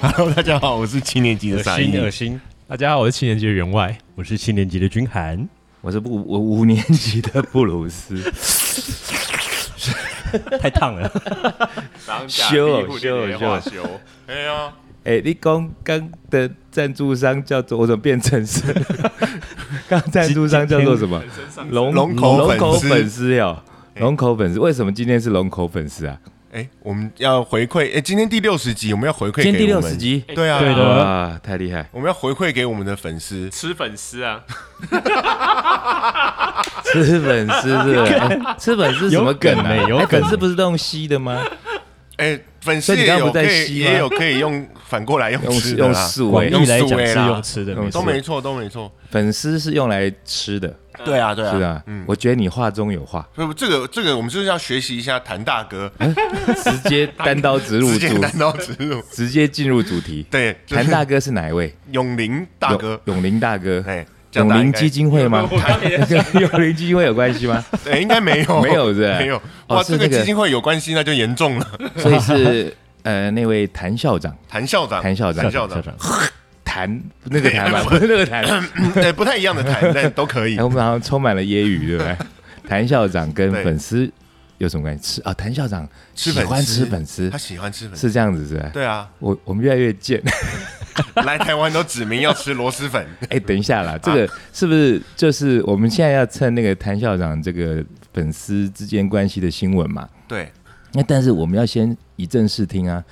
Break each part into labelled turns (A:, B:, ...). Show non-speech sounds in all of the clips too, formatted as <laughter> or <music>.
A: Hello，大家好，我是七年级的傻一。
B: 心！
C: 大家好，我是七年级的员外。
B: 我是七年级的君
D: <laughs>
B: 涵，
D: 我是不，我五年级的布鲁斯，
B: 太烫 <laughs> 了。
D: <laughs> 羞羞羞！
A: 哎呀，
D: 哎、你刚刚的赞助商叫做，我怎么变成是？ <laughs> 刚刚赞助商叫做什么？龙
A: 龙口
D: 龙口
A: 粉丝
D: 粉丝哟，龙口粉丝。为什么今天是龙口粉丝啊？
A: 哎，我们要回馈。哎，今天第六十集，我们要回馈。
D: 今天第六十，集，
A: 对啊，
C: 对的
D: 哇，太厉害！
A: 我们要回馈给我们的粉丝。
E: 吃粉丝啊，
D: 吃粉丝是吧、哎吃粉丝什么梗啊？
B: 有梗欸有
D: 哎
B: 梗
D: 粉丝不是都用吸的吗？
A: 哎，粉
D: 所
A: 丝
D: 以
A: 也
D: 你刚刚
A: 有
D: 不
A: 可
D: 在
A: 以，
D: 吸吗
A: 也有可以用反过来用
D: 用
A: 吃的
D: 用
A: 啦，
D: 素
C: 广
D: 味
C: 义，
A: 用
C: 来
A: 素
C: 讲
A: 味
C: 是
A: 啦
C: 用吃的，
D: 用
A: 都
C: 没错。
A: 没错，都没错。
D: 粉丝是用来吃的，
A: 对啊，对啊，
D: 是啊。我觉得你话中有话，
A: 所以这个这个，我们就是要学习一下谭大哥，
D: 直接单刀直
A: <laughs>
D: 入
A: 直接
D: 啊主，
A: 单刀直入。
D: <laughs> 直接进入主题。
A: 对，就是
D: 谭大哥是哪一位？
A: 永林 <laughs> 大哥，
D: 永，永林大哥，
A: 哎，这样
D: 永
A: 大家
D: 林
A: 应该
D: 基，金会吗？跟 <laughs> 永林基金会有关
A: <laughs>
D: 系吗？
A: 哎，应该没有，
D: <laughs> 没有是不是
A: 没有。
D: 哦
A: 哇，
D: 是
A: 这个
D: 那个
A: 基金会有关系，那就严重了。
D: 所以是呃，那位谭校长，
A: 谭校长，
D: 谭校长
A: 谭校长，
D: 谭那个谭吧，不是那个谭。
A: <laughs> 哎，不太一样的谭，但都可以
D: 哎，。我们好像充满了揶揄，对不对？谭校长跟
A: 对
D: 粉丝有什么关系？吃啊，谭校长
A: 吃
D: 喜
A: 粉
D: 欢
A: 丝
D: 吃粉丝
A: 他，喜欢吃粉丝，
D: 是这样子，是吧？
A: 对啊，
D: 我我们越来越贱。 <laughs>
A: 来台湾都指明要吃螺蛳粉，
D: 哎，等一下
A: 啊
D: 啦，这个是不是就是我们现在要趁那个谭校长这个粉丝之间关系的新闻嘛？
A: 对，
D: 那但是我们要先以正视听啊，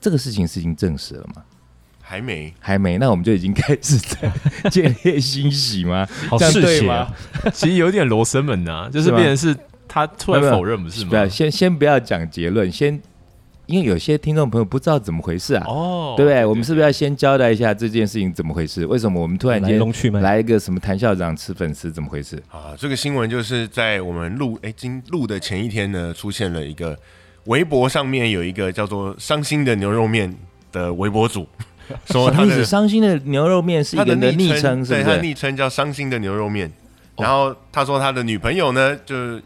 D: 这个事情是已经证实了嘛？
A: 还没。
D: 还没，那我们就已经 <laughs> 开始在建立欣喜吗？
C: 好
D: 这样
C: 嗜
D: 对
C: 血
D: 吗
C: 啊！其实有点罗生门
D: <laughs>
C: 呐，就是是
D: 吗
C: 变成是他突然
D: 没有没有
C: 否认，不是吗
D: 不？要先先不要讲结论，先因为有些听众朋友不知道怎么回事啊，
C: 哦，
D: 对不对？我们是不是要先交代一下这件事情怎么回事？为什么我们突然
B: 来
D: 间
B: 龙去脉
D: 来一个什么谭校长吃粉丝怎么回事？
A: 啊，这个新闻就是在我们录哎今录的前一天呢，出现了一个微博上面有一个叫做“伤心的牛肉面”的微博
D: <laughs>
A: 主，说
D: 什
A: 哦他
D: 么意思？
A: 的
D: 伤心的牛肉面是一
A: 他
D: 个人的
A: 昵
D: 昵称，是哦
A: 对，
D: 不
A: 他的
D: 是？
A: 昵称叫“伤心的牛肉面”。然后他说他的女朋友呢，就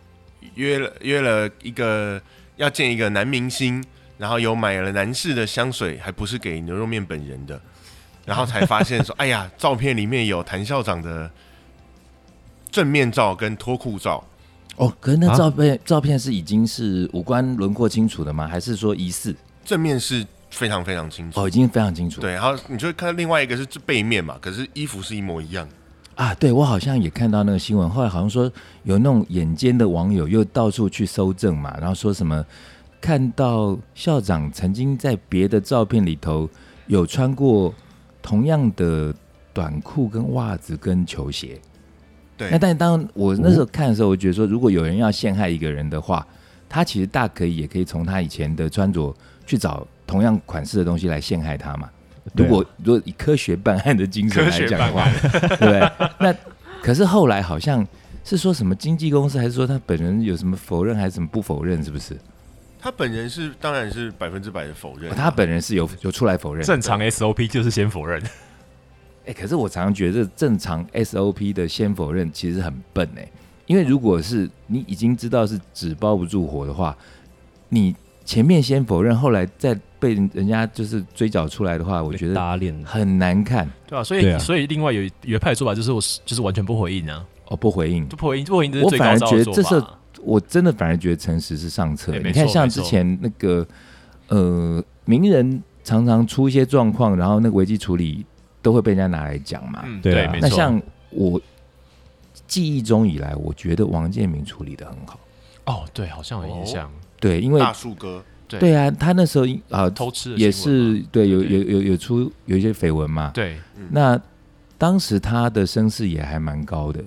A: 约了约了一个要见一个男明星，然后有买了男士的香水，还不是给牛肉面本人的，然后才发现
D: <laughs>
A: 说，哎呀，照片里面有谭校长的正面照跟脱裤照，
D: 哦，可是那
C: 啊
D: 照片照片是已经是五官轮廓清楚的吗？还是说疑似？
A: 正面是非常非常清楚。
D: 哦，已经非常清楚。
A: 对，然后你就会看到另外一个是这背面嘛，可是衣服是一模一样。
D: 啊，对我好像也看到那个新闻，后来好像说有那种眼尖的网友又到处去搜证嘛，然后说什么看到校长曾经在别的照片里头有穿过同样的短裤、跟袜子、跟球鞋。
A: 对
D: 那，但当我那时候看的时候，我觉得说，如果有人要陷害一个人的话，他其实大可以也可以从他以前的穿着去找同样款式的东西来陷害他嘛。如
B: 对啊
D: 果如果以科学办案的精神
E: 科
D: 来
E: 学
D: 讲的
E: 办
D: 话，对不对？那可是后来好像是说什么经纪公司，还是说他本人有什么否认，还是什么不否认？是不是？
A: 他本人是当然是百分之百的否认啊、
D: 哦他本人是有有出来否认。
C: 正常 SOP 就是先否认，
D: 哎、可是我常常觉得正常 SOP 的先否认其实很笨哎、因为如果是你已经知道是纸包不住火的话，你前面先否认，后来再被人家就是追缴出来的话，我觉得
B: 打脸
D: 很难看
C: 对吧？所
B: 对
C: 以
B: 啊
C: 所以另外有一有一派的做法就是我是就是完全不回应啊，
D: 哦。不回应
C: 不，回应不回应这是
D: 我
C: 最
D: 反
C: 高
D: 而
C: 招
D: 觉得
C: 的做
D: 这是
C: 法。啊
D: 我真的反而觉得诚实是上策、欸
C: 哎
D: 你
C: 没
D: 看，
C: 错
D: 像
C: 没
D: 之
C: 错
D: 前那个呃名人常常出一些状况，然后那个危机处理都会被人家拿来讲嘛。
C: 嗯，
B: 对
C: 对，
B: 啊
C: 没
D: 那
C: 错。
D: 像我记忆中以来，我觉得王建民处理的很好。
C: 哦，对，好像有印象，
D: 对，因为
A: 大树哥，
C: 啊对
D: 对啊，他那时候啊、
C: 偷吃的
D: 也
C: 新闻嘛
D: 是对有
C: 对
D: 有有有出有一些绯闻嘛。
C: 对，
D: 那当时他的声势也还蛮高的，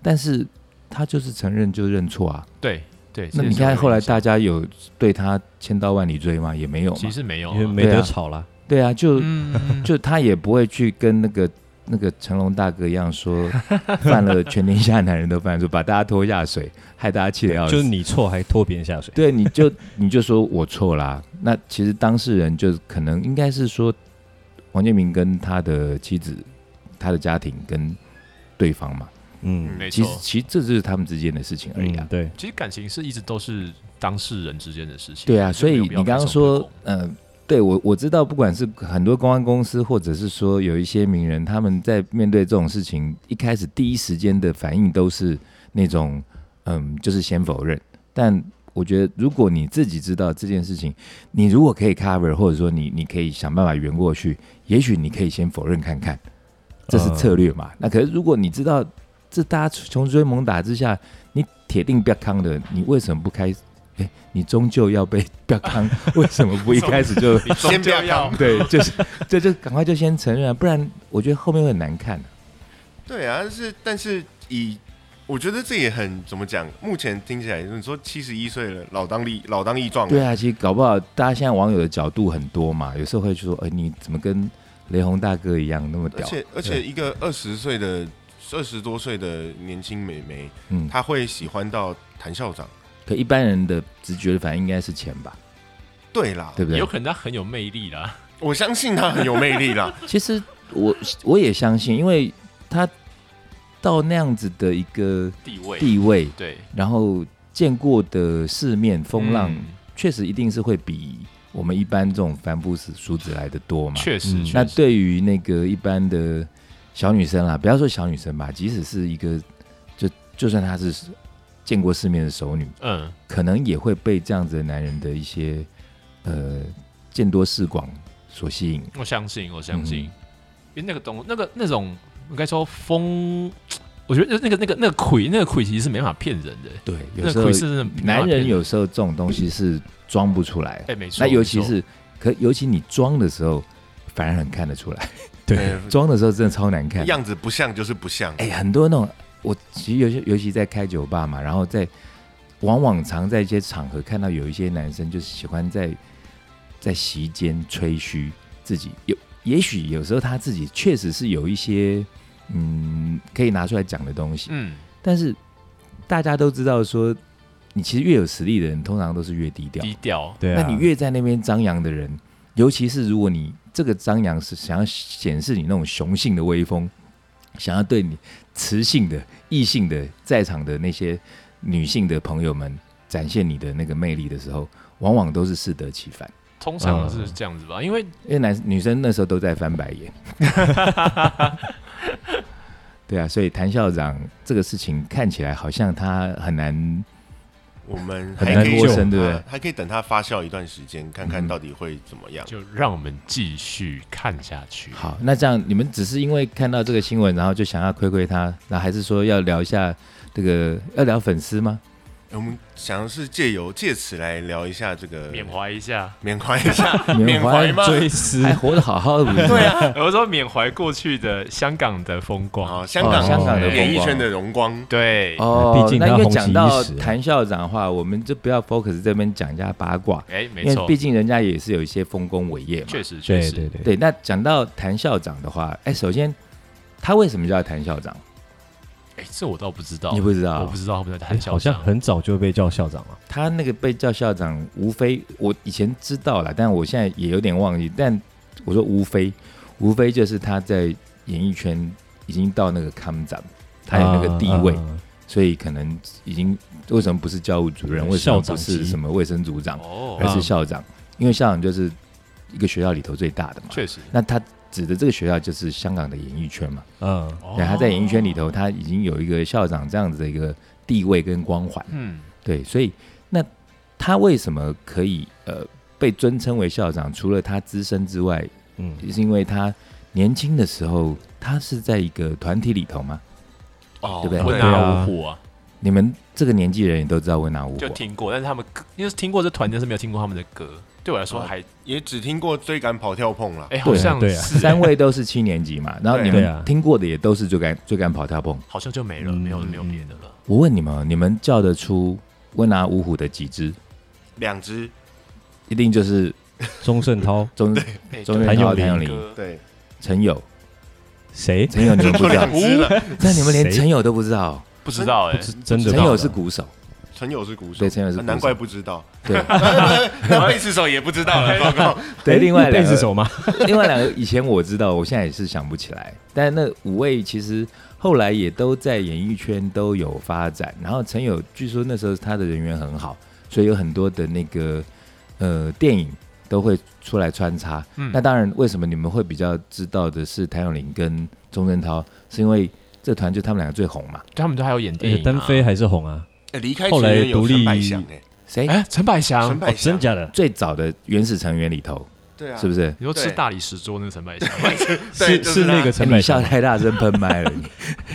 D: 但是他就是承认就认错啊。
C: 对对。
D: 那
C: 这
D: 你
C: 是有
D: 看后来
C: 印象
D: 大家有对他千刀万里追吗？也没有
C: 其
D: 嘛。
C: 实没有啊，
B: 因为没
D: 对啊
B: 得吵啦。
D: 对啊，就、
C: 嗯， <laughs>
D: 就他也不会去跟那个那个成龙大哥一样说 <laughs> 犯了全天下男人都犯，说把大家拖下水，害大家气得要
B: 就是
D: 死。
B: 你错还拖别人下水。
D: 对，你就 <laughs> 你就说我错啦。那其实当事人就可能应该是说王建民跟他的妻子、他的家庭跟对方嘛。
B: 嗯，
C: 没
D: 其
C: 错
D: 实，其实这就是他们之间的事情而已啊
B: 嗯。对，
C: 其实感情是一直都是当事人之间的事情。
D: 对啊，所以
C: 就没有
D: 你
C: 必要
D: 刚刚
C: 分手
D: 说
C: 不，
D: 呃，对我我知道，不管是很多公关公司，或者是说有一些名人，他们在面对这种事情，一开始第一时间的反应都是那种，嗯，就是先否认。但我觉得，如果你自己知道这件事情，你如果可以 cover，或者说你你可以想办法圆过去，也许你可以先否认看看，这
B: 嗯
D: 是策略嘛。那可是如果你知道这大家穷追猛打之下，你铁定不要康的，你为什么不开？哎，你终究要被不要康，为什么不一开始就
A: <laughs> 你先不要要。
D: <laughs> 对？就是这就赶快就先承认、啊，不然我觉得后面会很难看、啊
A: 对啊，但是但是以我觉得这也很怎么讲，目前听起来你说七十一岁了，老当立老当益壮了，
D: <laughs> 对啊，其实搞不好大家现在网友的角度很多嘛，有时候会说，哎，你怎么跟雷洪大哥一样那么
A: 而
D: 屌？
A: 且而且一个二十岁的二十多岁的年轻美眉，
D: 嗯，
A: 她会喜欢到谭校长。
D: 可一般人的直觉的反应应该是钱吧，
A: 对啦，
D: 对不对
C: 有？可能他很有魅力啦。
A: 我相信她很有魅力
D: <laughs>
A: 啦。
D: 其实我我也相信，因为他到那样子的一个
C: 地位，
D: 地位，
C: 对，
D: 然后见过的世面风浪，
C: 嗯
D: 确实一定是会比我们一般这种凡夫俗俗子来的多嘛。
C: 确实
B: 嗯，
C: 确
D: 那
C: 实
D: 对于那个一般的小女生啦，不要说小女生吧，即使是一个就就算她是见过世面的熟女，
C: 嗯，
D: 可能也会被这样子的男人的一些呃见多识广所吸引。
C: 我相信，我相信
D: 嗯，
C: 因为那个东那个那种应该说风，我觉得那个那个那个鬼那个鬼其实是没办法骗人的，
D: 对，有
C: 那
D: 时
C: 个
D: 候
C: 鬼是真的没办法
D: 男人
C: 骗
D: 有时候这种东西是装不出来的。
C: 哎没错，
D: 那尤其
C: 没错
D: 是可尤其你装的时候，反而很看得出
C: <laughs>
D: 来，
B: 对，
D: 装的时候真的超难看。
A: 嗯样子不像就是不像。
D: 哎，很多那种，我其实尤其尤其在开酒吧嘛，然后在往往常在一些场合看到有一些男生就是喜欢在在席间吹嘘自己，有也许有时候他自己确实是有一些嗯可以拿出来讲的东西，
C: 嗯，
D: 但是大家都知道说，你其实越有实力的人，通常都是越低调。
C: 低调，
B: 对啊，
D: 那你越在那边张扬的人，尤其是如果你这个张扬是想要显示你那种雄性的威风，想要对你雌性的、异性的在场的那些女性的朋友们展现你的那个魅力的时候，往往都是适得其反。
C: 通常是这样子吧，因为
D: 因为男女生那时候都在翻白眼。对啊，所以谭校长这个事情看起来好像他很难，
A: 我们
D: 很
A: 还
D: 难
A: 可以
D: 脱
A: 等它
D: 身对嗯不对
A: 还可以等她发酵一段时间，看看到底会怎么样。
C: 就让我们继续看下去。
D: 好，那这样你们只是因为看到这个新闻，然后就想要窥窥他，那还是说要聊一下这个要聊粉丝吗？
A: 哎我们想的是借由借此来聊一下这个
C: 缅怀一下， <laughs>
A: 缅怀一
D: <laughs>
A: 下
D: 缅怀
A: 怀吗？
B: 追思
D: 还活得好好的，不是？
A: 对啊，
C: 我说缅怀过去的香港的风光，
A: 好，香港
B: 哦香港的
A: 演艺
D: 风光
A: 圈的荣光，
C: 对，
D: 哦，
B: 毕竟他
D: 那因为
B: 红极
D: 讲到
B: 一时
D: 谭校长的话，我们就不要 focus 这边讲一下八卦，
C: 哎，没
D: 因为
C: 错
D: 毕，竟人家也是有一些丰功伟业嘛。
C: 确实
B: <laughs> 对
C: 确
B: 对
C: 实，
B: 对，
D: 对，那讲到谭校长的话，哎，首先他为什么叫谭校长？
C: 哎，这我倒不知道，
D: 你不知道？
C: 我不知道，我不知道，
B: 哎
C: 很小
B: 好像
C: 张
B: 很早就被叫校长了。
D: 他那个被叫校长，无非我以前知道了，但我现在也有点忘记。但我说无非，无非就是他在演艺圈已经到那个康长，他有那个地位，
B: 啊
D: 所以可能已经为什么不是教务主任，为什么
B: 校
D: 不
B: 长
D: 是
B: 级
D: 什么卫生组长，而
C: 哦，
D: 是校长？因为校长就是一个学校里头最大的嘛。
C: 确实，
D: 那他指的这个学校就是香港的演艺圈嘛。
B: 啊嗯，
D: 对，他在演艺圈里
C: 头，
D: 头，他已经有一个校长这样子的一个地位跟光环。
C: 嗯，
D: 对，所以那他为什么可以呃被尊称为校长？除了他资深之外，
B: 嗯，
D: 是因为他年轻的时候，他是在一个团体里头吗？
C: 哦
D: 对不对
A: 对
C: 温拿
B: 啊
C: 五虎啊，
D: 你们这个年纪的人也都知道温拿五
C: 就
D: 火，
C: 听过，但是他们歌因为听过这团，但是没有听过他们的歌，对我来说
A: 哦
C: 还
A: 也只听过追赶跑跳碰啦。
C: 哎，好像
B: 对啊
C: 是
D: 三位都是七年级嘛，然后你
B: 对
D: 们
B: 啊
D: 听过的也都是追赶追赶跑跳蹦。
C: 好像就没了，
B: 嗯
C: 没有没有别的了。
D: 我问你们哦，你们叫得出温拿五虎的几支？
A: 两只
D: 一定就是
B: 钟镇涛、
D: 钟
C: 哎
D: 钟
B: 谭
D: 镇涛、
B: 咏麟
D: 谭咏麟、
A: 对，
D: 陈友、
B: 谁？
D: 陈友你们不
A: 就
D: 知道
A: 两，只
D: <laughs>
A: 了。
D: 但你们连
B: 谁
D: 陈友都不知道，
C: 不知道哎
B: <laughs> 不，是真的
D: 陈
B: 吧？
D: 友是鼓手，
A: 陈友是鼓手，啊
D: 对陈友是鼓手
A: 难怪不知
B: <laughs>
A: 道。
D: 对
A: 那
D: 哎
C: 哎
A: 贝斯手也不知道了，糟糕。
D: 对，
B: 哎
D: 另外
B: 那贝
D: 两
B: 斯
D: 个
B: 手吗？
D: <laughs> 另外两个以前我知道，我现在也是想不起来。但那五位其实后来也都在演艺圈都有发展。然后陈友据说那时候他的人缘很好，所以有很多的那个呃电影都会出来穿插。
C: <laughs> 嗯
D: 那当然，为什么你们会比较知道的是谭咏麟跟钟镇涛，是因为这团就他们两个最红嘛？
C: 他们都还有演
B: 而
C: 电
D: 哎
B: 且
C: 影
B: <laughs>
C: 啊。
B: 单飞还是红啊？
A: 哎离开
B: 后来
A: 前任有
B: 独立
A: 陈百祥哎，
D: 谁？
C: 哎，陈百
A: 陈
C: 祥，
A: 百
B: 哦真
A: 祥
B: 假的？
D: 最早的原始成员里头，
A: 对啊，
D: 是不是？
C: 你说吃
A: 对
C: 大理石桌那个陈百祥，
A: 对
B: 是
A: 就是
B: 是
A: 他
B: 那个
D: 哎
B: 陈
D: 你
B: 百
D: 笑
B: 祥吗，
D: 太大声，喷麦了你。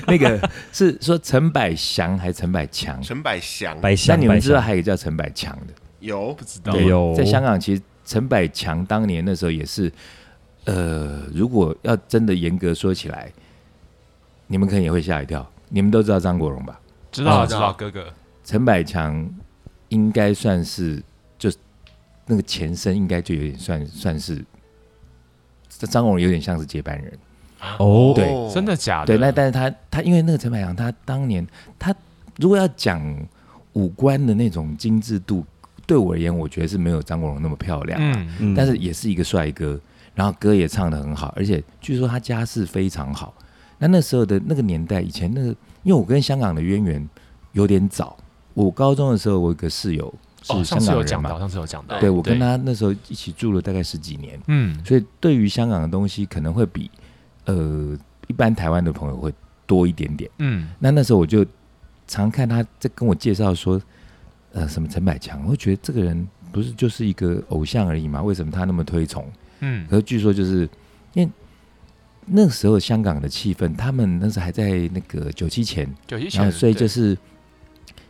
D: 那个是说陈百祥还是陈百强？
A: 陈百祥
B: 百
D: 那
B: 祥，
D: 你们
B: 百
D: 知道
B: 祥
D: 还有一个叫陈百强的？
A: 有
C: 不知道
B: 对有
D: 在香港其实陈百强当年那时候也是，呃，如果要真的严格说起来，你们可能也会吓一跳。你们都知道张国荣吧？
C: 知
A: 哦
C: 道了知
A: 知道
C: 道哥哥，
D: 陈百强应该算是就是那个前身，应该就有点算算是。这张国荣有点像是接班人，
B: 哦，
D: 对
C: 啊真的假的？
D: 对，那但是他他因为那个陈百强，他当年他如果要讲五官的那种精致度，对我而言，我觉得是没有张国荣那么漂亮。
C: 嗯，
B: 嗯
D: 但是也是一个帅哥，然后歌也唱得很好，而且据说他家世非常好。那那时候的那个年代，以前那个，因为我跟香港的渊源有点早，我高中的时候，我有个室友
C: 哦，
D: 是
C: 上
D: 香
C: 次有
D: 港
C: 讲
D: 人嘛，
C: 到，上哦次有讲到，
D: 对我跟，他那时候一起住了大概十几年，
C: 嗯，
D: 所以对于香港的东西可能会比呃一般台湾的朋友会多一点点。
C: 嗯，
D: 那那时候我就常看他在跟我介绍说，呃，什么陈百强，我会觉得这个人不是就是一个偶像而已嘛，为什么他那么推崇？
C: 嗯，
D: 可是据说就是因为那时候香港的气氛，他们那时候还在那个九七前，
C: 九一
D: 然后
C: 前，
D: 所以
C: 对
D: 就是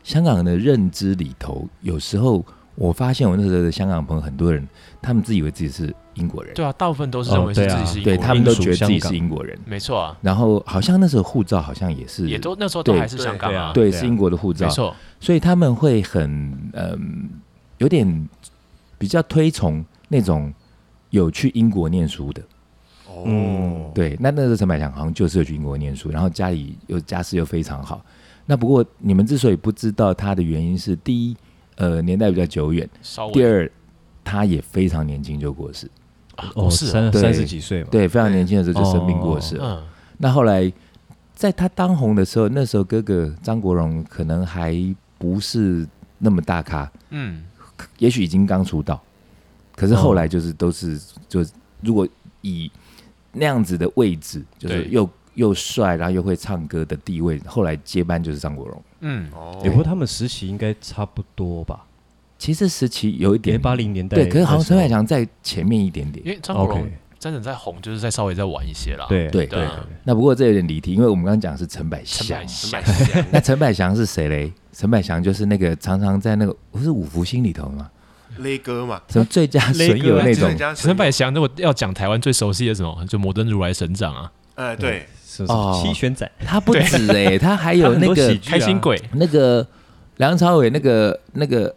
D: 香港人的认知里头，有时候我发现我那时候的香港朋友很多人，他们自以为自己是英国人，
C: 对啊，大部分都是认为是
B: 哦对
C: 自
B: 啊
C: 己是英国
D: 对
C: 人
D: 他们都
B: 英属
D: 觉得自
B: 香
D: 己
B: 港
D: 是英国人。
C: 没错啊，
D: 然后好像那时候护照好像也是
C: 也都那时候都
D: 对
C: 还是香港啊，
D: 对
B: 对啊
D: 是英国的护照
C: 没，错，
D: 所以他们会很嗯、有点比较推崇那种有去英国念书的。
A: 哦
B: 嗯，
D: 对，那那时候陈百强好像就是有去英国念书，然后家里又家世又非常好。那不过你们之所以不知道他的原因是，第一，呃，年代比较久远；
C: 稍微
D: 第二，他也非常年轻就过世，
C: 啊
B: 哦，
C: 是啊
B: 三
D: 对
B: 三十几岁嘛，
D: 对，非常年轻的时候就生病过世了。
C: 嗯，
D: 那后来在他当红的时候，那时候哥哥张国荣可能还不是那么大咖，
C: 嗯，
D: 也许已经刚出道，可
B: 嗯
D: 是后来就是都是、就是如果以那样子的位置，就是
C: 对
D: 又又帅，然后又会唱歌的地位，后来接班就是张国荣。
C: 嗯，
A: 哦
B: 也不过他们时期应该差不多吧？
D: 其实时期有一点
B: 点哎八零年代
D: 对，可是好像陈
B: 那
D: 百
B: 时
D: 强在前面一点点
C: 因。为张
B: 候
C: 国荣
B: OK，
C: 真的在红，就是再稍微再晚一些啦，，
B: 对
D: 对
C: 对
B: 对
C: 啊
D: 那不过这有点离题，因为我们刚刚讲的是陈百
C: 陈
D: 祥
C: 百。
A: 陈
C: 祥
A: 百，祥
B: <laughs>
D: 那陈百祥是谁嘞？ <laughs> 陈百祥就是那个常常在那个不是五福星里头嘛，
A: 勒哥嘛，
D: 什么最
B: <laughs>
D: 佳
B: 啊
D: 损友那
A: 就是
D: 种
A: 人。家是
C: 陈百祥，如果要讲台湾最熟悉的是什么，就摩登如来神掌啊，
A: 呃对，
B: 是
D: 哦
B: 七选仔，
D: 他不止哎、他还有那
B: <laughs> 他很多
D: 个
B: 喜剧啊
C: 开心鬼，
D: 那个梁朝伟那个那个《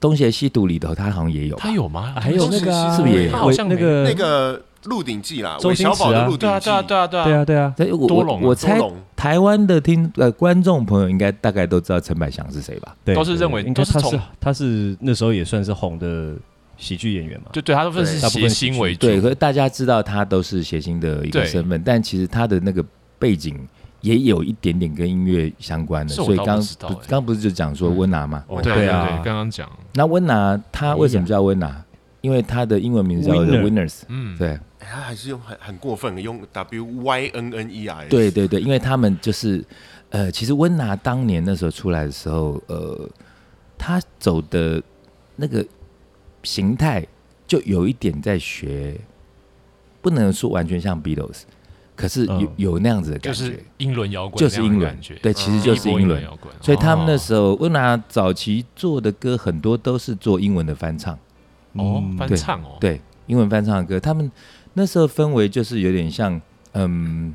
D: 东邪西毒》里头，他好像也有吧。
C: 他有吗？
B: 还有那个啊
D: 是不是也
B: 韦
D: 有
C: 好像没
B: 那个
A: 那个《鹿鼎记》啦，
B: 嗯周
A: 韦
B: 星
A: 小
B: 驰啊
A: 宝的《鹿鼎
C: 对啊，
A: 记
C: 对啊，》，对啊，对啊，
B: 对啊对啊，
D: 所以我
C: 多
D: 我
C: 龙啊
D: 我
A: 周
D: 猜
A: 龙
D: 台湾的听呃观众朋友应该大概都知道陈百祥是谁吧？
B: 对
C: 都是
B: 对
C: 认为
B: 应该
C: 都是
B: 他是
C: 从
B: 他是那时候也算是红的喜剧演员嘛，
C: 就对，他都分是
A: 对
B: 大部
C: 谐
B: 分喜
C: 星
B: 剧
C: 为主，
D: 对，可是大家知道他都是谐星的一个
C: 对
D: 身份，但其实他的那个背景也有一点点跟音乐相关的，
C: 这我
D: 所以
C: 倒
D: 刚
C: 不知道
D: 不
C: 欸
D: 刚不是就讲说温拿吗？
B: 哦
C: 对
B: 对
C: 啊
B: 啊，
C: 对刚刚讲，
D: 那温拿他为什么叫温拿？因为他的英文名字叫 The
B: Winner
D: Winners，
C: 嗯，
D: 对
A: 哎他还是用很很过分，用 W Y N N E R，
D: 对对对，因为他们就是，呃，其实温拿当年那时候出来的时候，呃，他走的那个形态就有一点在学，不能说完全像 Beatles，可是有、
B: 嗯
D: 有那样子的
C: 就
D: 感
C: 是
D: 觉，
C: 英伦摇滚，
D: 就是英伦
C: 感觉，，
D: 对，其实就是
C: 第一波
D: 英伦。
C: 摇滚，
D: 所以他们那
C: 哦
D: 时候，温拿早期做的歌很多都是做英文的翻唱，
C: 哦
B: 嗯
C: 翻
D: 对
C: 唱哦，
D: 对，英文翻唱的歌，他们那时候氛围就是有点像，嗯，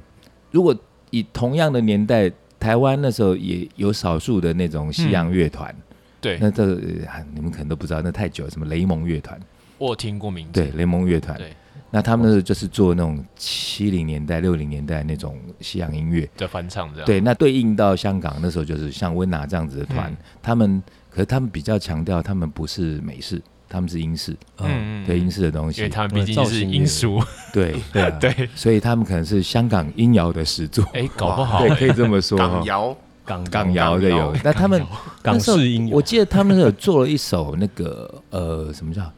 D: 如果以同样的年代，台湾那时候也有少数的那种西洋乐团，
C: 对
D: 那这、呃啊你们可能都不知道，那太久了，什么雷蒙乐团，
C: 我有听过名字，
D: 对，联盟乐团。
C: 对
D: 那他们那时候就是做那种七零年代、六零年代那种西洋音乐。
C: 在翻唱这样，，
D: 对，那对应到香港那时候就是像温拿这样子的团，
C: 嗯
D: 他们可是他们比较强调他们不是美式，他们是英式，
B: 嗯，
C: 嗯
D: 对英式的东
C: 因为
D: 西。
C: 他们毕竟是英属，
D: 对对啊
C: 对，
D: 所以他们可能是香港音摇的始祖。
C: 哎，搞不好
D: <laughs> 对，可以这么说哈
A: 港。摇
B: 港
D: 港摇的
A: 哦
D: 有
A: 港，
D: 那他们
B: 港式音
D: 我记得他们有做了一首那个呃，什么叫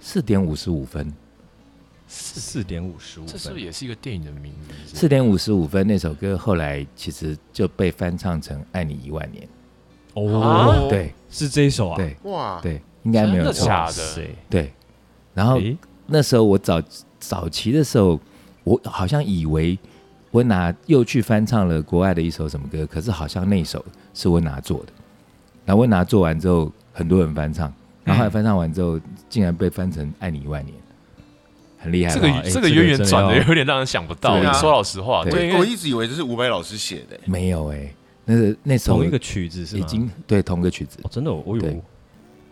D: 四点五十五分？
B: 四点五十五
C: 这是不
B: 分
C: 是，也是一个电影的名字？
D: 四点五十五分那首歌后来其实就被翻唱成《爱你一万年》。
C: 啊
B: 哦，
D: 对
B: 是这一首啊，
D: 对
A: 哇，
D: 对，应该没有
C: 真的
D: 错。
C: 假的
B: 谁？
D: 对，然后
B: 诶
D: 那时候我早早期的时候，我好像以为温拿又去翻唱了国外的一首什么歌，可是好像那首是温拿做的。那温拿做完之后，很多人翻唱，然后后来翻唱完之后，竟然被翻成《爱你一万年》，很厉害吧。
C: 这个
B: 哎
C: 这个
B: 这个
C: 渊源
B: 真的
C: 转的
B: 要
C: 有点让人想不到。
A: 对啊
C: 说老实话，
D: 对
C: 对，因
A: 我
C: 为
A: 一直以为这是伍佰老师写的，
D: 没有哎、那是那首
B: 同一个曲子是
D: 已
B: 吗？
D: 经对同个曲子，
B: 哦，真的哦，我
D: 对
B: 有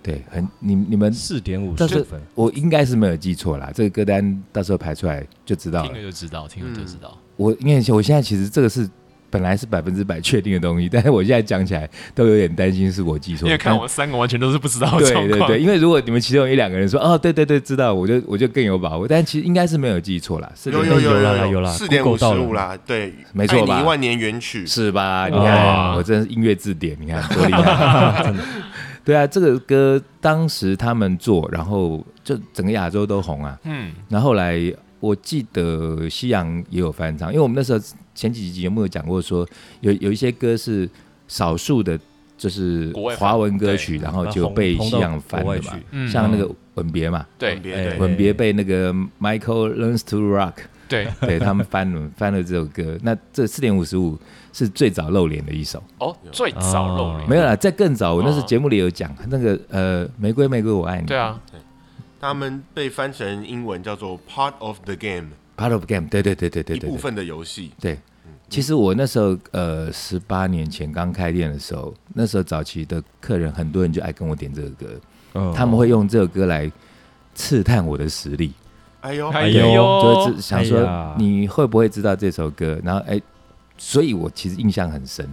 D: 对，很你你们
B: 四点五
D: 但是
B: 十分，
D: 我应该是没有记错啦，这个歌单到时候排出来就知道
C: 听
D: 了
C: 了。就知道，听了就知道。
D: 我因为我现在其实这个是本来是百分之百确定的东西，但是我现在讲起来都有点担心是我记错。
C: 因为看
D: 但
C: 我们三个完全都是不知道的
D: 对
C: 状
D: 对
C: 况。
D: 对，因为如果你们其中有一两个人说哦，对对对，知道，我就我就更有把握。但其实应该是没有记错啦，是
A: 有
B: 有
A: 有
B: 有啦
A: 有
B: 有啦
A: 四点五
B: Google
A: 十
B: 到
A: 五
B: 了
A: 啦，对，
D: 没错吧
A: 爱你一万年原曲，
D: 是吧？
B: 哦
D: 你
C: 哇
D: 看，我真是音乐字典，你看多
B: <laughs>
D: 厉害！对啊，这个歌当时他们做，然后就整个亚洲都红啊。
C: 嗯，
D: 然后后来我记得西洋也有翻唱，因为我们那时候前几集节目有讲过说，有有一些歌是少数的，就是
C: 国外翻
D: 华文歌曲，
B: 对
D: 然后哦就被
B: 红
D: 西洋翻
B: 红
D: 的
B: 到国
D: 嘛
B: 外去，
C: 嗯
D: 像那个《吻别》嘛，
A: 分
C: 对
A: 别
B: 哎
A: 对
D: 《吻别》被那个 Michael Learns to
C: <laughs>
D: Rock，
C: 对，
D: 对他们翻了翻了这首歌。那这四点五十五是最早露脸的一首，
C: 哦，最早露脸，
D: 哦没有啦，在更早，我那时
C: 哦
D: 候节目里有讲那个呃，《玫瑰玫瑰我爱你》，
C: 对啊，
A: 他们被翻成英文叫做 Part of the Game，
D: ，Part of Game，对对对对对
A: 一
D: 对
A: 部
D: 对。
A: 分的游戏。
D: 对，其实我那时候呃，十八年前刚开店的时候，那时候早期的客人很多人就爱跟我点这个歌，
B: 嗯
D: 他们会用这个歌来刺探我的实力，
A: 哎呦，
C: 哎
B: 哎
C: 呦，
D: 就是想
B: 哎
D: 说
B: 呀
D: 你会不会知道这首歌，然后哎，所以我其实印象很深，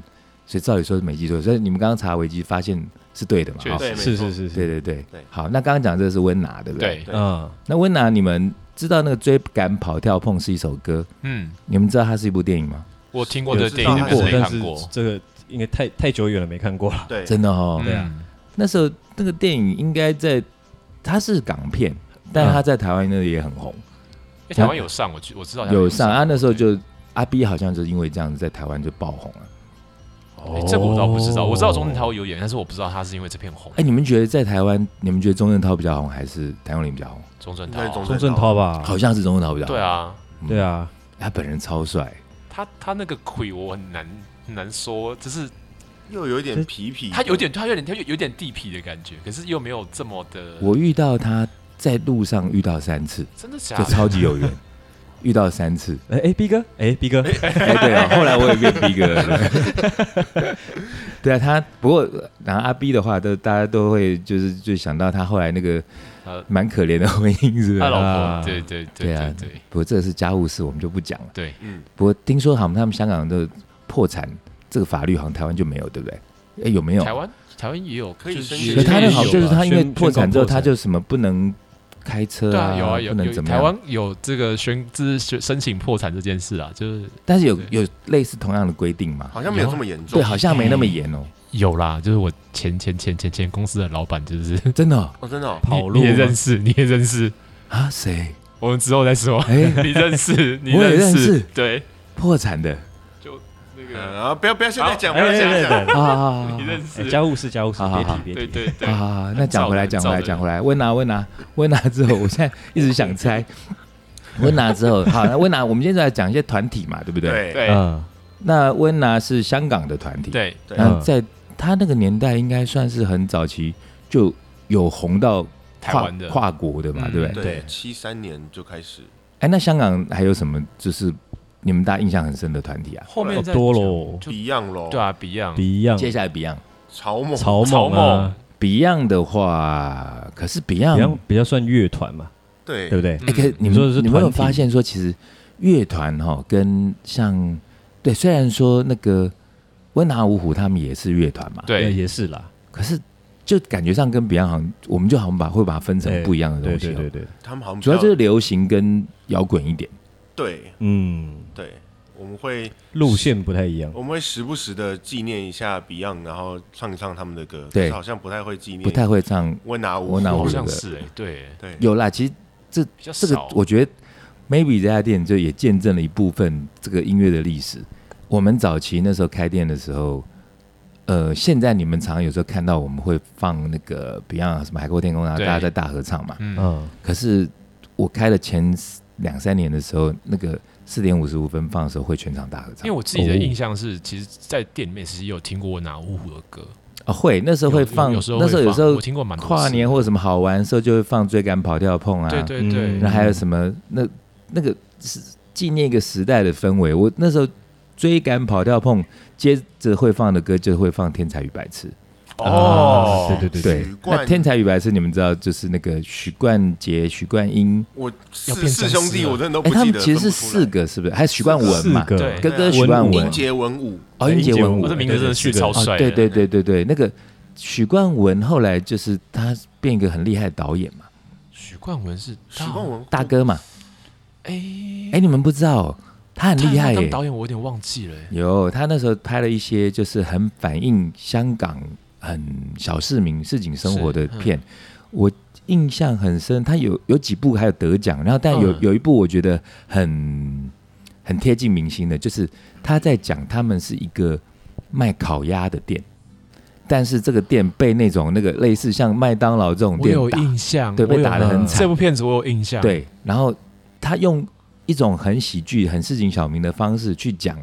D: 所以照理说是没记错，所以你们刚刚查维基发现是对的嘛？
C: 确
D: 哦
A: 对没
B: 是
A: 错
B: 是是
D: 对
B: 是，
D: 对对
A: 对，
D: 好，那刚刚讲这个是温拿，对不对？
C: 对，
B: 嗯，
D: 那温拿，你们知道那个《追赶跑跳碰》是一首歌，
C: 嗯，
D: 你们知道它是一部电影吗？
C: 我听过这个电
A: 有
C: 影，
A: 知道
C: 但是没
B: 但
C: 看
B: 是
C: 过。
B: 这个应该太太久远了，没看过了。
A: 对，
D: 真的哦，
C: 嗯
B: 对啊
D: 那时候那个电影应该在，它是港片，但
C: 嗯
D: 它在台湾那里也很红，
C: 因为哎台湾有上，我知我知道台湾
D: 有上啊。那时候
C: 对
D: 就阿 B 好像就是因为这样子在台湾就爆红了。啊
C: 哎这个我倒不知道，
B: 哦
C: 我知道钟镇涛有演，但是我不知道他是因为这片红
D: 哎、。你们觉得在台湾，你们觉得钟镇涛比较红还是谭咏麟比较红？
C: 钟镇
A: 应该是
C: 涛
A: 钟
C: 啊，
B: 钟镇涛吧？
D: 好像是钟镇涛比较红。
C: 对，啊，
B: 对啊，
D: 他本人超帅，
C: 他他那个鬼我很难很难说，只是
A: 又有一点皮皮，
C: 他有点他有点他有有点地痞的感觉，可是又没有这么的，
D: 我遇到他在路上遇到三次，
C: 真的假
D: 就
C: 的？
D: 超级
C: <laughs>
D: 有缘。遇到三次，
B: 哎哎，B 哥，哎，B 哥，
D: <laughs> 哎、对啊，后来我也变逼哥了。对对啊，他不过然后阿 B 的话，都大家都会就是就想到他后来那个
C: 呃
D: 蛮可怜的婚姻，是不是
C: 他？老
B: 啊
C: 婆，对对对
D: 啊
C: 对对，
D: 不过这是家务事，我们就不讲了。
C: 对，
A: 嗯，
D: 不过听说好像他们香港的破产这个法律好像台湾就没有，对不对？哎，有没有？
C: 台湾台湾也有
A: 可以
C: 就是
A: 申请
D: 可是他那
B: 也
D: 个好像就是他因啊为
B: 宣
D: 破产之
B: 宣
D: 后，
B: 告破产
D: 他就什么不能开车
C: 对啊，有啊
D: 不
C: 有
D: 能
C: 有
D: 怎么
C: 台
D: 样。
C: 湾有这个宣就是宣申请破产这件事啊，就是
D: 但是有
C: 对
D: 有类似同样的规定嘛？
A: 好像没有这么严重。
D: 对，好像没那么严哦，
C: 有啦，就是我前前前前前公司的老板，就是 <laughs>
D: 真的哦
A: 哦，真的哦，
B: 跑
C: 你
B: 路
C: 你也
B: 吗
C: 认识，你也认识，
D: 啊？谁
C: 我们之后再说。
D: 哎
C: <laughs> 你认识，你
D: <laughs> 我也认识
C: 对，
D: 破产的？
C: 就那
A: 嗯
C: 个
A: 啊，不要不要现在讲，不
B: 哎
A: 要
B: 哎
A: 现在
B: 哎
A: 讲，
B: 哎
D: 啊啊啊啊
C: 你认识
B: 哎，家务事家务事，
D: 好好
B: 别
D: 好
B: 提别
C: 对
B: 提。
C: 对对，
D: 啊，那讲回来，
C: 很
D: 讲
C: 燥的
D: 回来，讲回来，温拿，温拿，温拿之后，我现在一直想猜，温拿之后，好，那温拿，我们现在来讲一些团体嘛，对不对？。
A: 对，
C: 对
D: 啊
B: 嗯，
D: 那温拿是香港的团体，。
C: 对
A: 对
D: 那在他那个年代，应该算是很早期就有红到
C: 台
D: 跨
C: 湾的
D: 跨国的嘛，
C: 嗯
D: 对不对？
A: 对
B: 对，
A: 七三年就开始，
D: 哎，那香港还有什么就是你们大家印象很深的团体啊？
C: 后
B: 好
C: 面再
B: 多喽
C: 就
A: 一样喽，
C: 对，啊，Beyond，
D: 接
B: ，Beyond、
D: 下来 Beyond，
A: 草蜢，
B: 草蜢
C: 草
B: 啊
C: 蜢，
D: Beyond 的话，可是 Beyond，,
B: 比较比较算乐团嘛，
A: 对
B: 对不对？
C: 嗯
D: 哎可你
B: 嗯你说的
D: 们
B: 是
D: 你们有
B: 团体
D: 发现说，其实乐团哈跟像对，虽然说那个温拿五虎他们也是乐团嘛，，
B: 呃
C: 对，
B: 也是啦，
D: 可是就感觉上跟 Beyond 好像，我们就好像把会把它分成
B: 对
D: 不一样的
B: 对
D: 东西、
B: 哎对
D: 哦，
B: 对对，
A: 他们好像比
D: 主
A: 较
D: 要就是流行跟摇滚一点。
A: 对
B: 嗯，
A: 对，我们会
B: 路线不太一样，
A: 我们会时不时的纪念一下 Beyond，然后唱一唱他们的歌，
D: 对
A: 可是好像不太会纪念，
D: 不太会唱。
A: 温拿五
D: 温拿五
C: 好
A: 虎
D: 虎
C: 像是哎，对，
A: 对
D: 有啦，其实
C: 比较
D: 这个
C: 少。
D: 我觉得，maybe 这家店就也见证了一部分这个音乐的历史。我们早期那时候开店的时候，呃，现在你们常有时候看到我们会放那个 Beyond 什么《海阔天空》啊，大
C: 对
D: 家在大合唱嘛。
C: 嗯，
B: 嗯，
D: 可是我开了前两三年的时候，那个四点五十五分放的时候会全场大合
C: 因
D: 唱
C: 为。我自己的印象是，其实，在店里面其实也有听过我拿五虎的歌，
D: 啊，会那时候会
C: 有
D: 放，
C: 有有时候
D: 那时候
C: 会
D: 有
C: 放
D: 时候
C: 我听过蛮多次
D: 跨年或者什么好玩的时候就会放追赶跑跳碰啊，
C: 对对对
B: 嗯
D: 那还有什么？那那个是纪念一个时代的氛围。我那时候追赶跑跳碰，接着会放的歌就会放《天才与白痴》。
A: 哦
B: 啊对对
D: 对
A: 许，冠
D: 那《天才与白痴》你们知道，就是那个许冠杰、许冠英，
A: 我
C: 要
A: 四
C: 变
A: 四
C: 僵尸
A: 兄弟
C: 了
A: 我真的都
D: 哎、
A: 不
D: 他
A: 记
D: 们
A: 得，
D: 其实是四，个，是不是？还有许冠文
B: 四
D: 嘛？
B: 个
C: 对
D: 哥哥
A: 对
D: 许冠
A: 英
D: 文，
A: 杰文武，
D: 哦，英杰文武
C: 我
B: 我
C: 这
B: 的
C: 名字真
B: 是
C: 的取超
D: 哦，
C: 帅欸
D: 对
C: 的，
D: 对对对对，那个许冠文后来就是他变一个很厉害的导演嘛，
C: 许冠文是
A: 许冠，文
D: 大哥嘛。
A: 哦
C: 他哎
D: 哎、，你们不知道哦，他很厉害
C: 他
D: 耶、
C: 当导演我有点忘记了耶，欸
D: 有，他那时候拍了一些就是很反映香港很小市民市井生活的
C: 是嗯
D: 片，我印象很深。他有有几部还有得奖，然后但有、
C: 嗯
D: 有一部我觉得很很贴近民心的，就是他在讲他们是一个卖烤鸭的店，但是这个店被那种那个类似像麦当劳这种
C: 我
D: 店
C: 有
D: 打，
C: 印象，
D: 对被
C: 我有嗯
D: 打得很惨
C: 这部片子我有印象，，
D: 对，然后他用一种很喜剧、很市井小民的方式去讲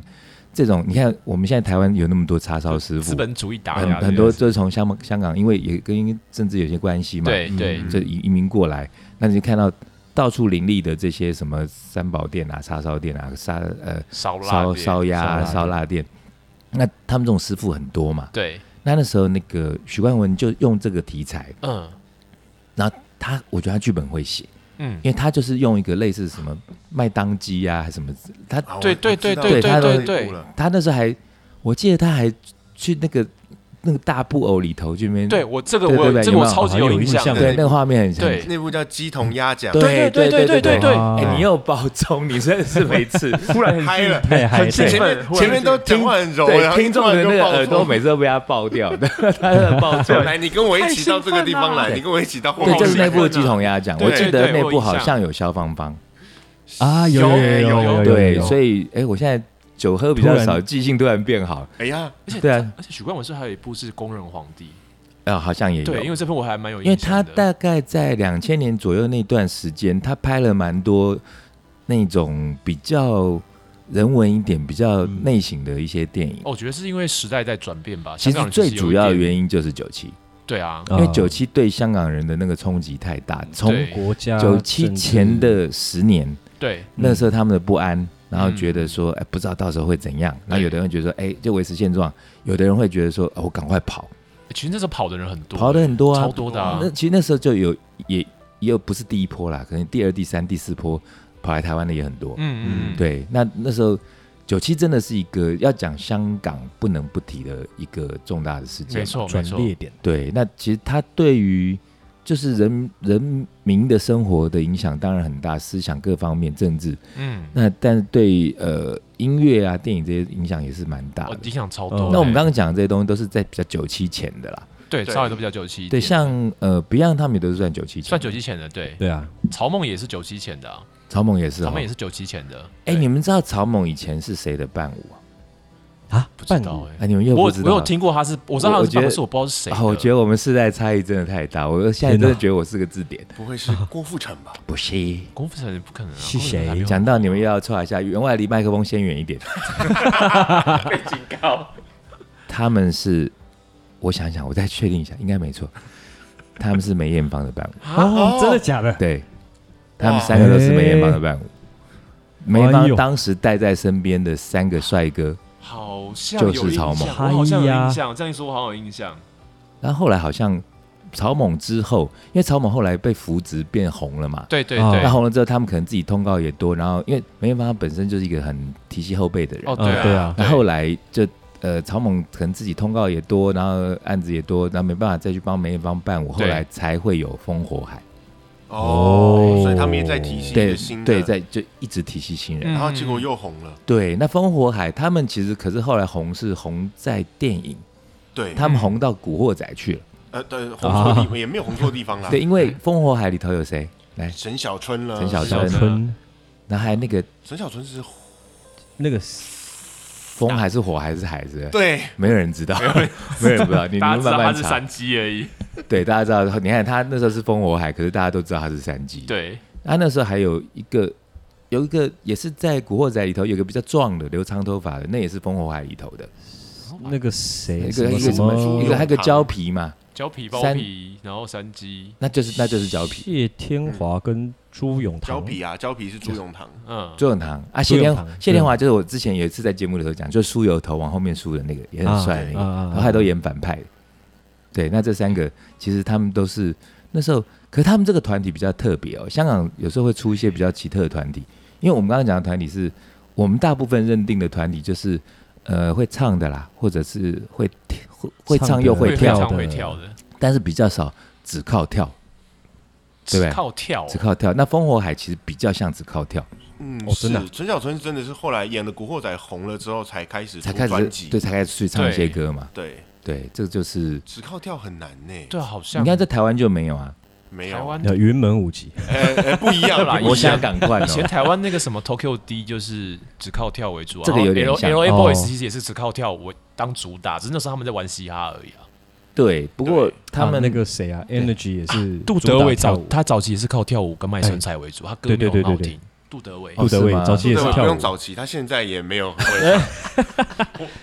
D: 这种。你看，我们现在台湾有那么多叉烧师
C: 资
D: 傅，
C: 本主义打
D: 很
C: 压
D: 很多就是从香港香港，因为也跟政治有些关系嘛，
C: 对对
A: 嗯
D: 就移移民过来，那你就看到到处林立的这些什么三宝店啊、叉烧店啊、沙呃
C: 烧腊
D: 烧
C: 店
D: 烧鸭啊、
B: 烧
D: 烧腊店。那他们这种师傅很多嘛？
C: 对，
D: 那那时候那个许冠文就用这个题材，
C: 嗯
D: 他我觉得他剧本会写，
C: 嗯，
D: 因为他就是用一个类似什么麦当鸡啊，还是什么，他
A: 啊我
C: 对对
A: 我知道
C: 对
D: 对对
A: 我知道
C: 对对
A: 这部了
D: 他那时候还，我记得他还去那个那个大布偶里头去那边，
C: 对我这个
D: 对
C: 我
D: 对
C: 有
D: 对
C: 这个我
D: 有没有
C: 超级
B: 好像有
C: 印
B: 印
C: 象
B: 象
C: 的，
D: 对，那个画面很像
C: 对
A: 那部叫鸡同鸭讲，
D: 对
C: 对对对
D: 对
C: 对对
D: 哎、你又包中，你真的是每次
C: <laughs>
A: 突然嗨了，
B: 太嗨，
D: 很
A: 前
B: 对
D: 兴奋
A: 面前面都讲话很柔，然
D: <laughs> 对
A: 后
D: 听众的那个耳朵每
A: 次
D: 次都被他爆
C: <laughs>
D: 掉，他的爆中。
A: 来，你跟我一起到这个地方来，
D: 对
A: 你跟我一起到后
D: 对，
A: 面，
D: 就是那部《鸡同鸭讲》，
A: 对
D: 我记得
C: 对
D: 那
C: 对
D: 部
C: 我有印象
D: 好像有消防方，
B: 啊，有有有有有有，
D: 对，
B: 有
D: 所以哎、我现在酒喝比较
B: 突然
D: 少，记性突然变好，
A: 哎呀，
C: 而且
D: 对啊
C: 而且许冠文是还有一部是工人皇帝，
D: 啊、好像也有，
C: 对，因为这部我还蛮有印
D: 因为
C: 象的，
D: 他大概在两千年左右那段时间，他拍了蛮多那种比较人文一点、比较内省的一些电影。
C: 哦我觉得是因为时代在转变吧，
D: 其
C: 香港
D: 实
C: 人
D: 最主要的
C: 有一点
D: 原因就是九七，
C: 对啊，
D: 因
B: 啊
D: 为九七对香港人的那个冲击太大。从
C: 对
B: 国家
D: 九七前的十年，
C: 对
D: 那时候他们的不安，然后觉得
C: 嗯
D: 说，哎，不知道到时候会怎样。然后有的人会觉得说，哎，就维持现状；有的人会觉得说，哦我赶快跑，
C: 其实那时候跑的人很多，
D: 跑的很多啊
C: 超，多的啊
D: 那，其实那时候就有也又不是第一波啦，可能第二、第三、第四波跑来台湾的也很多。
C: 嗯嗯，
D: 对，那那时候九七真的是一个要讲香港不能不提的一个重大的事件。
C: 没。错没
B: 转
C: 错，
B: 捩点，
D: 对，那其实它对于就是人人民的生活的影响当然很大，思想各方面、政治。
C: 嗯，
D: 那但是对呃音乐啊、电影这些影响也是蛮大
C: 我
D: 的
C: 影。响超
B: 哦
C: 多。
D: 嗯
C: 欸
D: 那我们刚刚讲的这些东西都是在比较九七前的啦。
C: 对
A: 对
C: 稍微都比较九七一
D: 对，
C: 点，
D: 像呃 Beyond 他们也都是算九七前的，
C: 算九七前的，对，
B: 对啊，
C: 曹梦也是九七前的啊，
D: 草蜢也是
C: 他
D: 哦
C: 们。也是九七前的。
D: 哎，
C: 对
D: 你们知道草蜢以前是谁的伴舞啊？
B: 啊，
C: 不知
B: 伴
C: 道
B: 舞
C: 哎，
D: 哎，你们又
C: 我
D: 不
C: 有
D: 知
C: 我
D: 道？
C: 有听过他是，我知道他
D: 我
C: 是
D: 觉得
C: 办公室，我不知道是谁的。
D: 啊，我觉得我们世代差异真的太大，我现在真的觉得我是个字
C: <laughs>
D: 典。
A: 不会是郭富城吧？
D: 不是，
C: 功夫城不可能啊。
B: 是
C: 功夫城
B: 谁
C: 还没有
D: 讲到你们又要错一下，员外离麦克风先远一
C: <laughs>
D: 点。被警告。他们是，我想想，我再确定一下，应该没错。他们是梅艳芳的伴舞，
C: <laughs>
B: 哦，真的假的？
D: 对，他们三个都是梅艳芳的伴舞。梅艳
B: 哎
D: 芳
B: 呦
D: 当时带在身边的三个帅哥，
C: 好像
D: 就
C: 有
D: 是
C: 印
D: 曹
C: 象，
D: 猛
C: 我好像有
B: 哎呀
C: 印象。这样一说，我好像有印象。
D: 然后后来好像草蜢之后，因为草蜢后来被扶植变红了嘛，
C: 对对
B: 哦
C: 对
D: 那，红了之后，他们可能自己通告也多，然后因为梅艳芳她本身就是一个很提携后辈的人，
C: 哦
B: 嗯对啊
D: 那后来就呃草蜢可能自己通告也多，然后案子也多，然后没办法再去帮梅艳芳办舞，后
C: 对
D: 来才会有烽火海，
A: 哦
B: 哦，
A: 所以他们也在提携一
D: 对
A: 个新的嗯
D: 对，，在就一直提携新人。
A: 然后结果又红了，
D: 对，那烽火海他们其实可是后来红是红在电影，
A: 对，
D: 他们红到古惑仔去了。
A: 呃对，红错地方也没有红错地方啦，
D: 对，，因为烽火海里头有谁？来，
A: 沈嗯小春了，
D: 陈小
B: 小
D: 春
B: 春
D: 然后还有那个
A: 沈小春是
B: 那个
D: 风还是火还是海是不是？
A: 对，
D: 没有人知道， <laughs> 没有人不知道，你你
C: 大家
D: 们
C: 知
D: 慢
C: 道他
D: 慢
C: 是
D: 查
C: 三。鸡而已。
D: 对，大家知道，你看他那时候是烽火海，可是大家都知道他是三 G。，
C: 对，
D: 他那时候还有一个，有一个也是在《古惑仔》里头有个比较壮的，留长头发的，那也是烽火海里头的。
B: 那个谁
D: 一
B: 什
D: 个
B: 么
D: 一个
B: 什
D: 什么
A: 猪
D: 一
A: 肉
D: 个
B: 么
D: 还有个
A: 汤
D: 胶皮嘛，
C: 胶皮包
D: 三
C: 皮，然后三鸡，
D: 那就是那就是胶皮。
B: 谢天华跟朱永
A: 胶
B: 棠，
A: 皮啊，胶皮是朱永棠，
C: 嗯，
D: 周永堂啊，
B: 朱
D: 谢
B: 永
D: 天
B: 棠
D: 谢天华就是我之前有一次在节目里头讲，就是梳油头往后面梳的那个，也很帅的那个，
B: 啊啊啊啊
D: 然后还都演反派的。对，那这三个其实他们都是那时候，可是他们这个团体比较特别哦。香港有时候会出一些比较奇特的团体，因为我们刚刚讲的团体是我们大部分认定的团体就是呃会唱的啦，或者是会会会唱又
B: 会
C: 会
D: 跳
C: 唱
B: 的
C: 会跳的，
D: 但是比较少只靠跳，对不对
C: 只靠跳哦，
D: 只靠跳。那烽火海其实比较像只靠跳，
A: 嗯，
B: 哦真的啊
A: 是沈小春真的是后来演了《古惑仔》红了之后才开始
D: 才
A: 出
D: 开
A: 专
D: 始
A: 辑，
D: 对才开始去唱一些歌嘛。
A: 对，
D: 对，这就是
A: 只靠跳很难呢，
C: 对，啊好像
D: 你看在台湾就没有啊，
A: 没
C: 台
A: 有，
C: 湾
B: 呃云门舞集，
A: 呃呃不一样啦，
B: 啊
C: 不一样
A: 不
D: 我
A: 一样
D: 想赶快
C: 以前
D: 哦。
C: 台湾那个什么 Tokyo D 就是只靠跳为主啊，
D: 这个有点像
C: L A
B: 哦
C: Boys 其实也是只靠跳为当主打，只是那时候他们在玩嘻哈而已啊。
D: 对，不过
A: 对
D: 他
B: 啊
D: 们
B: 那个谁啊，Energy 也是
C: 杜
B: 主打
C: 德伟
B: 跳
C: 早
B: 舞
C: 他早期也是靠跳舞跟卖
D: 哎
C: 身材为主，他歌没有很好听。杜德伟
D: 哦
B: 杜德伟
D: 是吗
B: 早期也
A: 对
B: 是
A: 吧，不
B: 跳
A: 用
B: 舞，
A: 早期，他现在也没有很会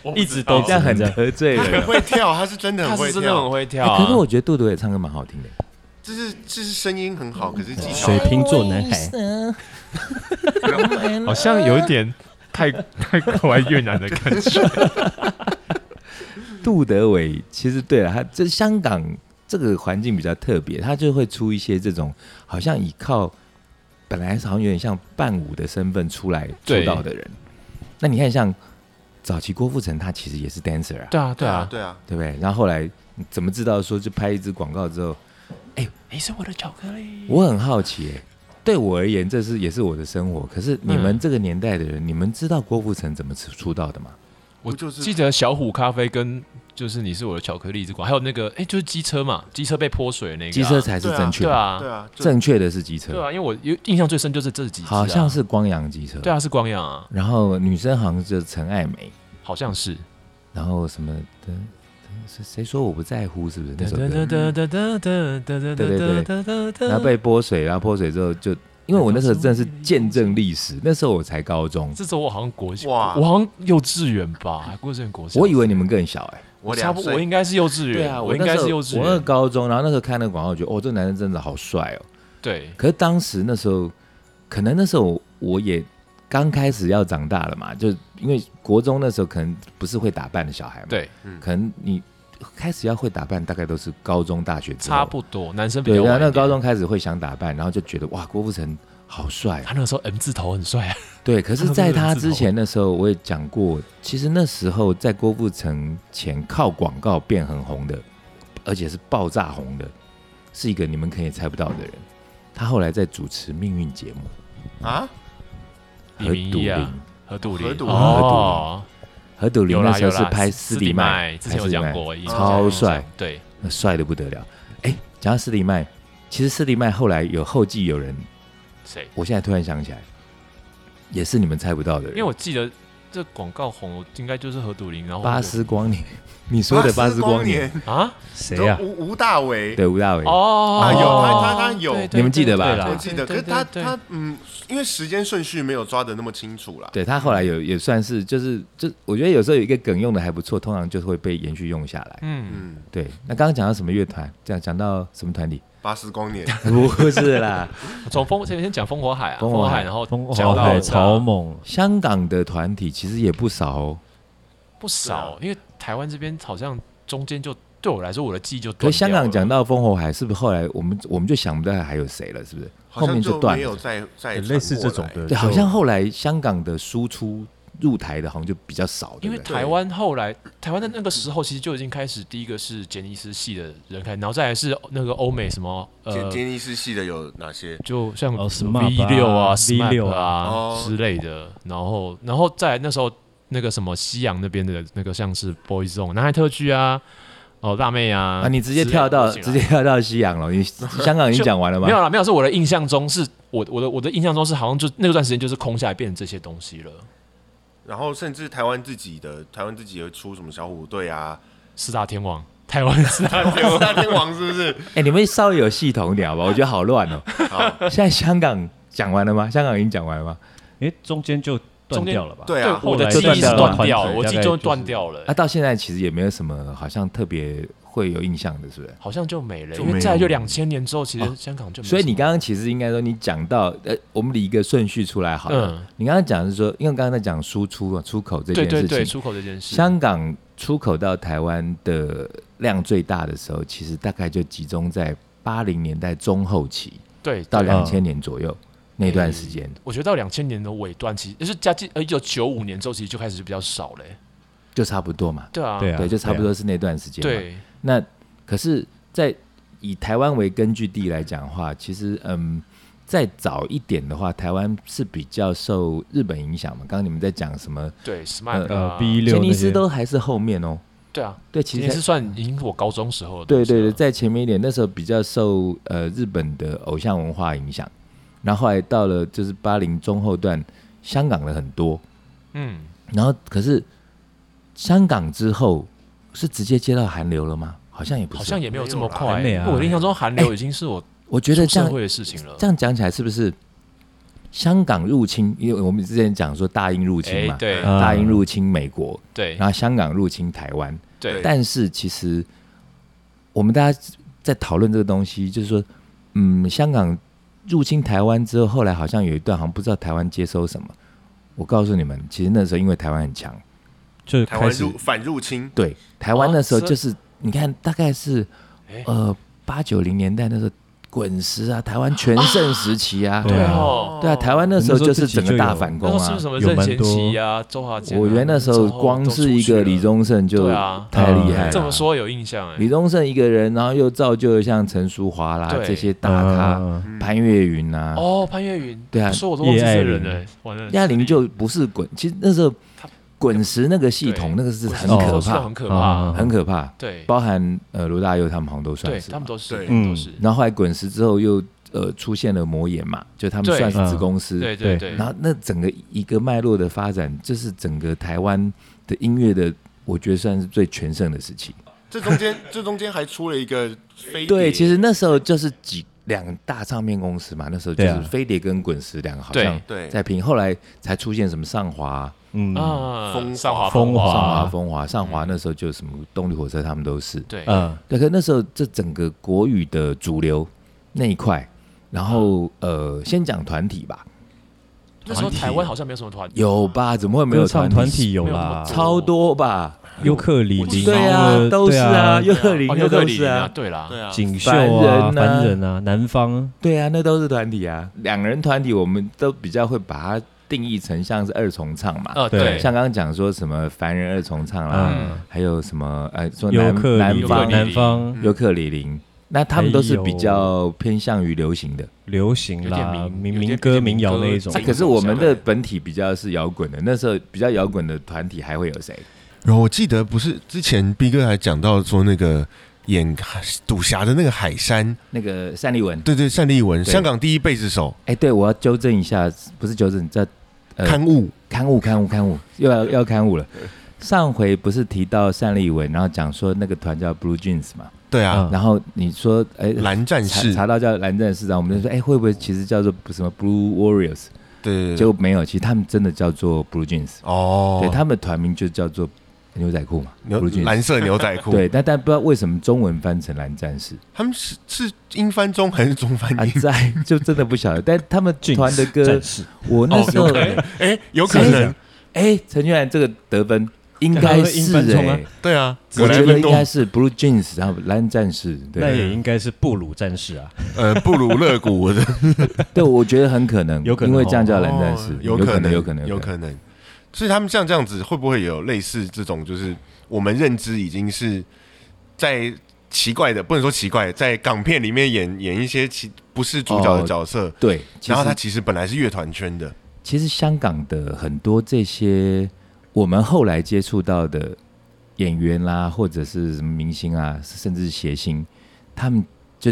A: 唱，
B: 一直都
D: 这样很
B: 这样啊
D: 得
B: <laughs>
D: 罪
A: 他
D: 人
A: 很。会跳，他是真的
C: 他
A: 很
C: 是
A: 会
C: 真的很
A: 跳，
C: 会跳
D: 哎可是
C: 啊。
D: 我觉得杜德伟唱歌蛮好听的，
A: 就是就是声音很好，可是技巧
B: 水瓶座男孩，
C: 好像有一点太 <laughs> 太过越南的感觉。
D: 杜德伟其实对了，啊他这香港这个环境比较特别，他就会出一些这种好像依靠本来好像有点像伴舞的身份出来出
C: 对
D: 道的人。那你看，像早期郭富城，他其实也是 dancer 啊，
C: <laughs> 对啊，对
A: 对啊
C: 啊，
A: 对啊，
D: 对不对？然后后来你怎么知道说就拍一支广告之后，
C: 你是我的巧克力。
D: 我很好奇耶、对我而言，这是也是我的生活。可是你们这个年代的人，你们知道郭富城怎么出出道的吗？
C: 我
A: 就是
C: 记得小虎咖啡跟就是你是我的巧克力之光，还有那个哎，就是机车嘛，机车被泼水的那个啊。
D: 机车才是
A: 对啊
D: 正确
C: 对
D: 的，
C: 啊
A: 对，啊，就
D: 正确的是机
C: 对
D: 车，
C: 啊，因为我有印象最深就是这几只啊
D: 好像是光阳机车。
C: 对啊，是光阳啊，
D: 然后女生好像就是陈爱梅，
C: 好像是。
D: 然后什么的，谁谁说我不在乎是不是那
C: 对
D: 首
C: 对
D: 歌
C: 对？对对对对对对对对
D: 然后被泼水，然后泼水之后就，因为我那时候真的是见证历史，那时候我才高中，
C: 这时候我好像国小，
A: 哇
C: 我好像幼稚园吧，国稚园国小。
D: 我以为你们更小哎、
A: 我
C: 差
A: 两
C: 不多，我
A: 岁
C: 应该是幼稚园，
D: 对啊，
C: 我应
D: 那
C: 该
D: 时候
C: 是幼稚
D: 我二
C: 园。
D: 高中，然后那时候看那个广告，我觉得哦，这男人真的好帅哦。
C: 对，
D: 可是当时那时候，可能那时候我也刚开始要长大了嘛，就因为国中那时候可能不是会打扮的小孩嘛，，
C: 对，
D: 可能你开始要会打扮，大概都是高中、大学之后
C: 差不多，男生比
D: 对，
C: 较
D: 然后
C: 晚
D: 那
C: 一
D: 个高
C: 点。
D: 中开始会想打扮，然后就觉得哇，郭富城好帅、
C: 他那个时候 M 字头很帅啊，
D: 对，可是
C: <laughs> 他
D: 在
C: 那个
D: 他
C: 人字
D: 之前的时候，我也讲过，其实那时候在郭富城前靠广告变很红的，而且是爆炸红的，是一个你们可能也猜不到的人。他后来在主持命运节目，
A: 啊，
C: 李
D: 和
C: 明
D: 杜
C: 义啊
D: 林，
C: 何杜
A: 何
C: 林
A: 杜，林
C: 哦，
D: 何斗
C: 有
D: 林
C: 啦
D: 那时候
C: 有
D: 是
C: 啦
D: 拍斯
C: 斯
D: 里
C: 里
D: 麦，
C: 麦之前有
D: 拍斯里
C: 讲
D: 麦
C: 过印象
D: 超帅，
C: 对，
D: 那帅的不得了。哎，讲到斯里麦，其实斯里麦后来有后继有人，
C: 谁？
D: 我现在突然想起来，也是你们猜不到的人，
C: 因为我记得这广告红，应该就是何杜林，然后
D: 巴斯光年，你说的巴斯光年，
C: 啊，
B: 谁啊？
A: 吴吴大维，
D: 对，吴大维，
C: 哦，
A: 啊有
C: 哦
A: 他他他有
C: 对对
D: 你们记得吧
C: 对
A: 我
C: 啦
A: 记得，可
C: 对
A: 是他
C: 对对
A: 他嗯，因为时间顺序没有抓的那么清楚啦。
D: 对他后来有也算是就是就我觉得有时候有一个梗用的还不错，通常就会被延续用下来。
C: 嗯，
A: 嗯，
D: 对，那刚刚讲到什么乐团？讲讲到什么团体？
A: 巴斯光年，
D: 不是啦，
C: 从烽先先讲烽火海啊，
D: 烽
C: 烽
D: 嗯火海
C: 火海，然后
B: 风
C: 讲
B: 华
C: 到
B: 海
C: 的
B: 草蜢，
D: <laughs> 香港的团体其实也不少哦。
C: 不少，因为台湾这边好像中间就对我来说，我的记忆就断
D: 可
C: 掉
D: 是香港
C: 了
D: 讲到烽火海，是不是后来我们我们就想不到还有谁了？是不是？
A: 好
D: 后
A: 像
D: 面
A: 就
D: 断
A: 没
D: 了
A: 有。再再
B: 对
A: 传
B: 类似这种
A: 过来
B: 的，
D: 对，好
B: 就
D: 像后来香港的输出入台的，好像就比较少，对
C: 因
D: 不
C: 为
D: 对
C: 台湾后来，台湾的那个时候其实就已经开始，第一个是杰尼斯系的人开始，然后再来是那个欧美什么
A: 杰
C: 呃，
A: 杰尼斯系的有哪些？
C: 就像
B: 哦
C: V 六
B: SMAP 啊
C: 啊、SMAP
A: 哦
C: 啊之类的，然后然后再来那时候那个什么西洋那边的那个像是 Boyzone 男孩特区啊，哦辣妹啊，
D: 啊，你直接
C: 之类的
D: 跳到
C: 都进来
D: 直接跳到西洋了，你香港已经讲完了吗
C: 没？有啦，没有，是我的印象中是我我的我的印象中是好像就那段时间就是空下来变成这些东西了，
A: 然后甚至台湾自己的台湾自己有出什么小虎队啊，
C: 四大天王，台湾 <laughs> 四大天王。
A: 大天王是不是？
D: 哎，你们稍微有系统一点好吧？我觉得好乱哦。
A: 好，
D: 现在香港讲完了吗？香港已经讲完了吗？
B: 哎，中间就断掉了吧？
A: 对
C: 对
A: 啊，，
C: 我的
B: 后来
C: 记
B: 就
C: 忆是断
B: 断
C: 掉
B: 掉了
C: 了，我记忆
B: 大概
C: 就
B: 就是
C: 断掉了
D: 啊，。到现在其实也没有什么好像特别会有印象的，是不是？
C: 好像就没了，
A: 就
C: 因
A: 没
C: 为
A: 有
C: 再来就两千年之后，其实香港就没
D: 哦所以你
C: 什么
D: 刚刚其实应该说，你讲到呃，我们理一个顺序出来好了。
C: 嗯
D: 你刚刚讲的是说，因为刚刚在讲输出啊、出口这
C: 对
D: 件
C: 对
D: 事
C: 对
D: 情，
C: 出口这件事，
D: 香港出口到台湾的量最大的时候，其实大概就集中在八零年代中后期
C: 对
D: 到
C: 对嗯
D: 两千年左右、那段时间。
C: 我觉得到两千年的尾端，其实就是加进呃一九九五年之后，其实就开始就比较少嘞。
D: 就差不多嘛，
C: 对啊，
B: 对啊
D: 对，就差不多是那段时间。，
C: 对
D: 那可是，在以台湾为根据地来讲的话，其实嗯，再早一点的话，台湾是比较受日本影响嘛。刚刚你们在讲什么，
C: 对，smart
B: 呃
C: 啊
B: ，B
D: 杰
B: 六
D: 尼斯都还是后面哦。
C: 对啊，
D: 对，
C: 其
D: 其
C: 实
D: 实
C: 是算已经是啊我高中时候的东
D: 对
C: 西了，
D: 对对，在前面一点，那时候比较受呃日本的偶像文化影响，然后后来到了就是八零中后段，香港的很多，
C: 嗯，
D: 然后可是香港之后是直接接到韩流了吗？好像也不是，
C: 好像也没有这么快。
B: 还没
C: 因
B: 啊
C: 为我的印象中，韩
D: 哎
C: 流已经是我
D: 我觉得
C: 出
D: 这
C: 社
D: 样
C: 会的事情了哎
D: 这。样讲起来是不是香港入侵？因为我们之前讲说大英入侵
C: 哎
D: 嘛，，
C: 对哎
B: 呃
D: 大英入侵美国，
C: 对
D: 然后香港入侵台湾，
C: 对
B: 啊
D: 但是其实我们大家在讨论这个东西，就是说，嗯，香港入侵台湾之后，后来好像有一段好像不知道台湾接收什么。我告诉你们，其实那时候因为台湾很强，
A: <laughs>
B: 就
A: 台
B: 开
A: 湾
B: 始
A: 入反入侵，
D: 对台湾
C: 哦
D: 那时候
C: 是
D: 就是、你看，大概是
C: 哎
D: 呃八九零年代那时候滚石啊，台湾全盛时期啊，
B: 对啊
C: 哦，
D: 对啊，台湾那时候就是整个大反
C: 那时
D: 攻啊
C: 候是不是。什么
B: 有
C: 任
B: 蛮
C: 贤
B: 多
C: 齐啊、周华健啊？
D: 我觉得那时候光是一个李
C: 宗
D: 宗盛就
C: 啊对啊
D: 太厉害了。
C: 这么说有印象哎，
D: 李宗盛一个人，然后又造就了像陈淑华啦
C: 对
D: 这些大咖，
B: 嗯嗯
D: 潘越云呐、啊，
C: 哦，潘越云，
D: 对啊
C: 不说我都忘记
B: 叶爱
C: 这
B: 玲
C: 人了，完了，
D: 亚玲就不是滚，其实那时候滚石那个系统，
C: 对
D: 那个是很
B: 哦
D: 可
C: 都是
D: 怕，
C: 很可
B: 啊
C: 怕，
D: 很可怕，
C: 对
D: 包含呃罗大佑他们好像都算
C: 对，
D: 是吧。
C: 他
D: 嗯
C: 们都是
A: 对
C: 都是，
D: 然后后来滚石之后又呃出现了魔眼嘛，就他们
C: 对
D: 算是子
B: 嗯
D: 公司，
C: 对对
B: 对
C: 对
D: 然，后那整个一个脉络的发展，这是整个台湾的音乐的，我觉得算是最全盛的时期。
A: 这中间这中间还出了一个飞碟
D: 对，其实那时候就是几两大唱片公司嘛，那时候就
B: 对
D: 是
B: 啊
D: 飞碟跟滚石两个好像
A: 对
D: 在拼，后来才出现什么上华、
B: 嗯
C: 啊，
A: 风
C: 上华
B: 风
D: 上华、
B: 华
D: 风华、上华那时候就什么动力火车他们都是。
C: 对，
B: 嗯
D: 对，可那时候这整个国语的主流那一块，然后呃，先讲团体吧，
C: 那时候台湾好像没有什么团，哦
D: 有吧？怎么会没有
B: 歌唱团体啊有
C: 没有那
B: 啦
C: 么，
D: 超多吧？
B: 尤克里
C: 我知
B: 里，
C: 道
D: 对啊，都是啊，
B: 对
D: 尤克里
C: 哦
D: 那
C: 尤克
D: 都
C: 里
D: 是
C: 啊，
D: 啊，
C: 对啦，
A: 对啊，
B: 锦绣啊，
D: 凡人啊
B: 凡人啊，南方
D: 对啊，那都是团体啊。两人团体我们都比较会把它定义成像是二重唱嘛，
C: 呃，
B: 对
C: 对，
D: 像刚刚讲说什么凡人二重唱啦，
B: 嗯
D: 还有什么呃说
B: 尤
D: 南
B: 克里
D: 南
B: 里
D: 方
B: 南方
A: 嗯
D: 尤克里
B: 哎
D: 林，那他们都是比较偏向于流行的。
B: 流行
C: 有点
B: 啦，
C: 民
B: 民
C: 有
B: 民
C: 点
B: 歌、
C: 有点
B: 民
C: 民
B: 谣
C: 歌
B: 那一种
D: 那、
A: 这。
D: 可是我们的本体比较是摇滚的，那时候比较摇滚的团体还会有谁？
A: 然后我记得不是之前 B 哥还讲到说那个演赌侠的那个海山，
D: 那个单立文，
A: 对对，单立文，
D: 对
A: 香港第一贝斯手，
D: 哎，对我要纠正一下，不是纠正，叫呃
A: 刊物，
D: 刊物，刊物，刊物，又 <laughs> 要要刊物了。上回不是提到单立文，然后讲说那个团叫 Blue Jeans 嘛，
A: 对啊，
B: 嗯
D: 然后你说哎，
A: 蓝战
D: 查
A: 士，
D: 查到叫蓝战士，然后我们就说哎，会不会其实叫做什么 Blue Warriors？
A: 对对
D: 结
A: 对，
D: 果没有，其实他们真的叫做 Blue Jeans，、
A: 哦，
D: 对，他们团名就叫做牛仔裤嘛
A: 牛
D: ，Blue Jeans。
A: 蓝色牛仔裤，
D: 对，但但不知道为什么中文翻成蓝战士，
A: 他们是是英翻中还是中翻
D: 啊， <laughs>
A: 英？
D: 在就真的不晓得。但他们团的歌
B: 战，士
D: 我那时
A: 哦
D: 候
A: 有可能哎，有可
D: 谁
A: 能
D: 哎，陈俊然这个得分应该
B: 英
D: 是
B: 翻冲啊
D: 哎，
A: 对啊，
D: 我
A: 我来
D: 觉得
A: 分
D: 应
A: 东
D: 该是 Blue Jeans，然后蓝战士，
B: 那
D: 对
B: 也应该是布鲁战士啊，
A: 呃布鲁勒谷我的
D: 对，我觉得很可能，
B: 有可能
D: 因为这样叫蓝
A: 哦
D: 战士，
A: 有
D: 可
A: 能，
D: 有可能，
A: 有
D: 能。
A: 可能。所以他们像这样子，会不会有类似这种，就是我们认知已经是在奇怪的，不能说奇怪，在港片里面演演一些其不是主角的角色，
D: 对，其
A: 然后他
D: 实
A: 哦其实本来是乐团圈的，
D: 其实香港的很多这些我们后来接触到的演员啦，或者是什么明星啊，甚至是谐星，他们就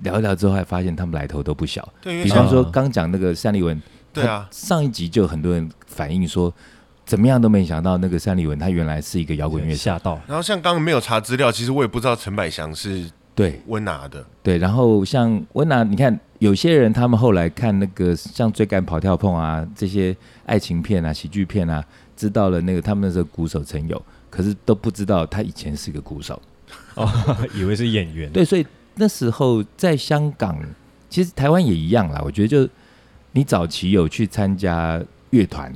D: 聊一聊之后，还发现他们来头都不小。
A: 对，因为
D: 比
A: 像
D: 方说
C: 啊
D: 刚讲那个单立文，
A: 嗯对啊，
D: 上一集就有很多人反映说，怎么样都没想到那个单立文他原来是一个摇滚乐手。
B: 吓到。 <laughs>
A: 然后像刚刚没有查资料，其实我也不知道陈百祥是
D: 对
A: 温拿的，
D: 对，然后像温拿，你看有些人他们后来看那个像《追赶跑跳碰》啊这些爱情片啊、喜剧片啊，知道了那个他们那时候鼓手陈友，可是都不知道他以前是个鼓手。
B: 哦，以为是演员。
D: 对，所以那时候在香港，其实台湾也一样啦。我觉得就你早期有去参加乐团，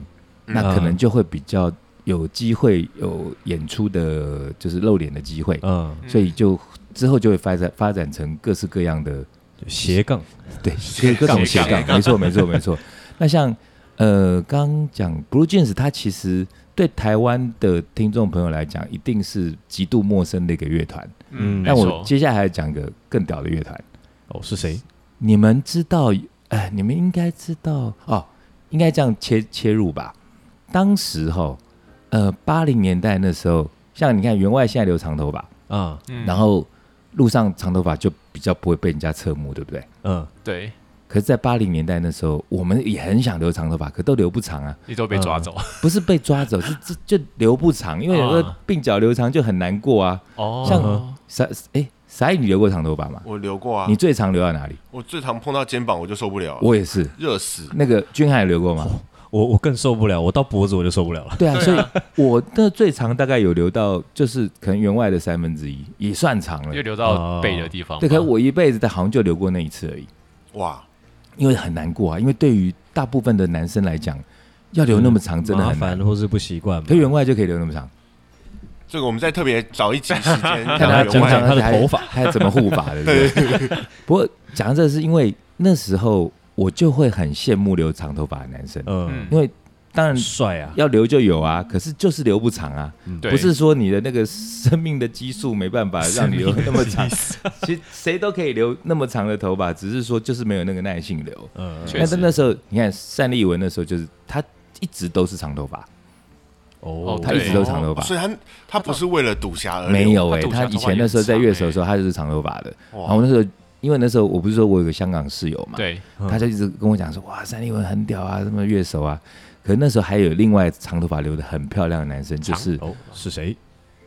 D: 那可能就会比较有机会有演出的，就是露脸的机会，
B: 嗯，
D: 所以就之后就会发展发展成各式各样的
B: 斜杠
D: 对，各各种斜
A: 斜
D: 杠，没错没错没错。那像呃，刚讲 Blue Jeans，它其实对台湾的听众朋友来讲，一定是极度陌生的一个乐团。
B: 嗯
C: 没
D: 那
C: 错
D: 我，接下来讲个更屌的乐团，
B: 哦，是谁？
D: 你们知道？哎，你们应该知道哦，应该这样切切入吧。当时哈，呃，八零年代那时候，像你看员外现在留长头发，
B: 啊，
C: 嗯
D: 然后路上长头发就比较不会被人家侧目，对不对？
B: 嗯，
C: 对，
D: 可是，在八零年代那时候，我们也很想留长头发，可都留不长啊，
C: 你都被抓走
D: 不是被抓走，是这就留不长，因为有时候
C: 啊
D: 鬓角留长就很难过啊。
C: 哦，
D: 像傻哎，傻影，你留过长头发吗？
A: 我留过啊
D: 你，最长留到哪里？
A: 我最常碰到肩膀我就受不了了，
D: 我也是。
A: 热死，
D: 那个君海留过吗？
B: 我我更受不了，我到脖子我就受不了了。
D: 对啊，所以我的最长大概有留到，就是可能员外的三分之一，也算长了
C: 又。留到背的地方吧，
D: 对，可是我一辈子好像就留过那一次而已，
A: 哇，
D: 因为很难过啊。因为对于大部分的男生来讲，要留那么长真的
B: 麻
D: 很难
B: 烦。或是不习惯嘛。
D: 可是员外就可以留那么长。
A: 这个我们再特别找一集时 <laughs> 间
D: 看他
A: 讲
D: 整
A: 员
D: 长
A: 外，
B: 他的头发
D: 哎还还怎么护法的。对不对不过讲到这是因为那时候我就会很羡慕留长头发的男生，
B: 嗯，
D: 因为当然
B: 帅啊，
D: 要留就有啊，可是就是留不长啊，
C: 对
D: 不是说你的那个生命的激素没办法让你留那么长。其实谁都可以留那么长的头发，只是说就是没有那个耐性留。
B: 嗯，
C: 确
D: 那
C: 实
D: 但那时候你看单立文那时候就是他一直都是长头发，
B: 哦，
D: 他一直
C: 对
D: 都长头发。
A: 所以他他不是为了赌侠而留
D: 没有
C: 他
D: 哎、
C: 赌
D: 他
C: 侠
D: 以
C: 头发
D: 前
C: 也
D: 那时候在
C: 长
D: 乐手
C: 欸
D: 的时候，他就是长头发的。
A: 哇
D: 然后那时候，因为那时候我不是说我有个香港室友嘛，
C: 对，
B: 嗯
D: 他就一直跟我讲说，哇，单立文很屌啊，什么乐手啊。可是那时候还有另外长头发留的很漂亮的男生，就
C: 长
D: 是
B: 哦是谁？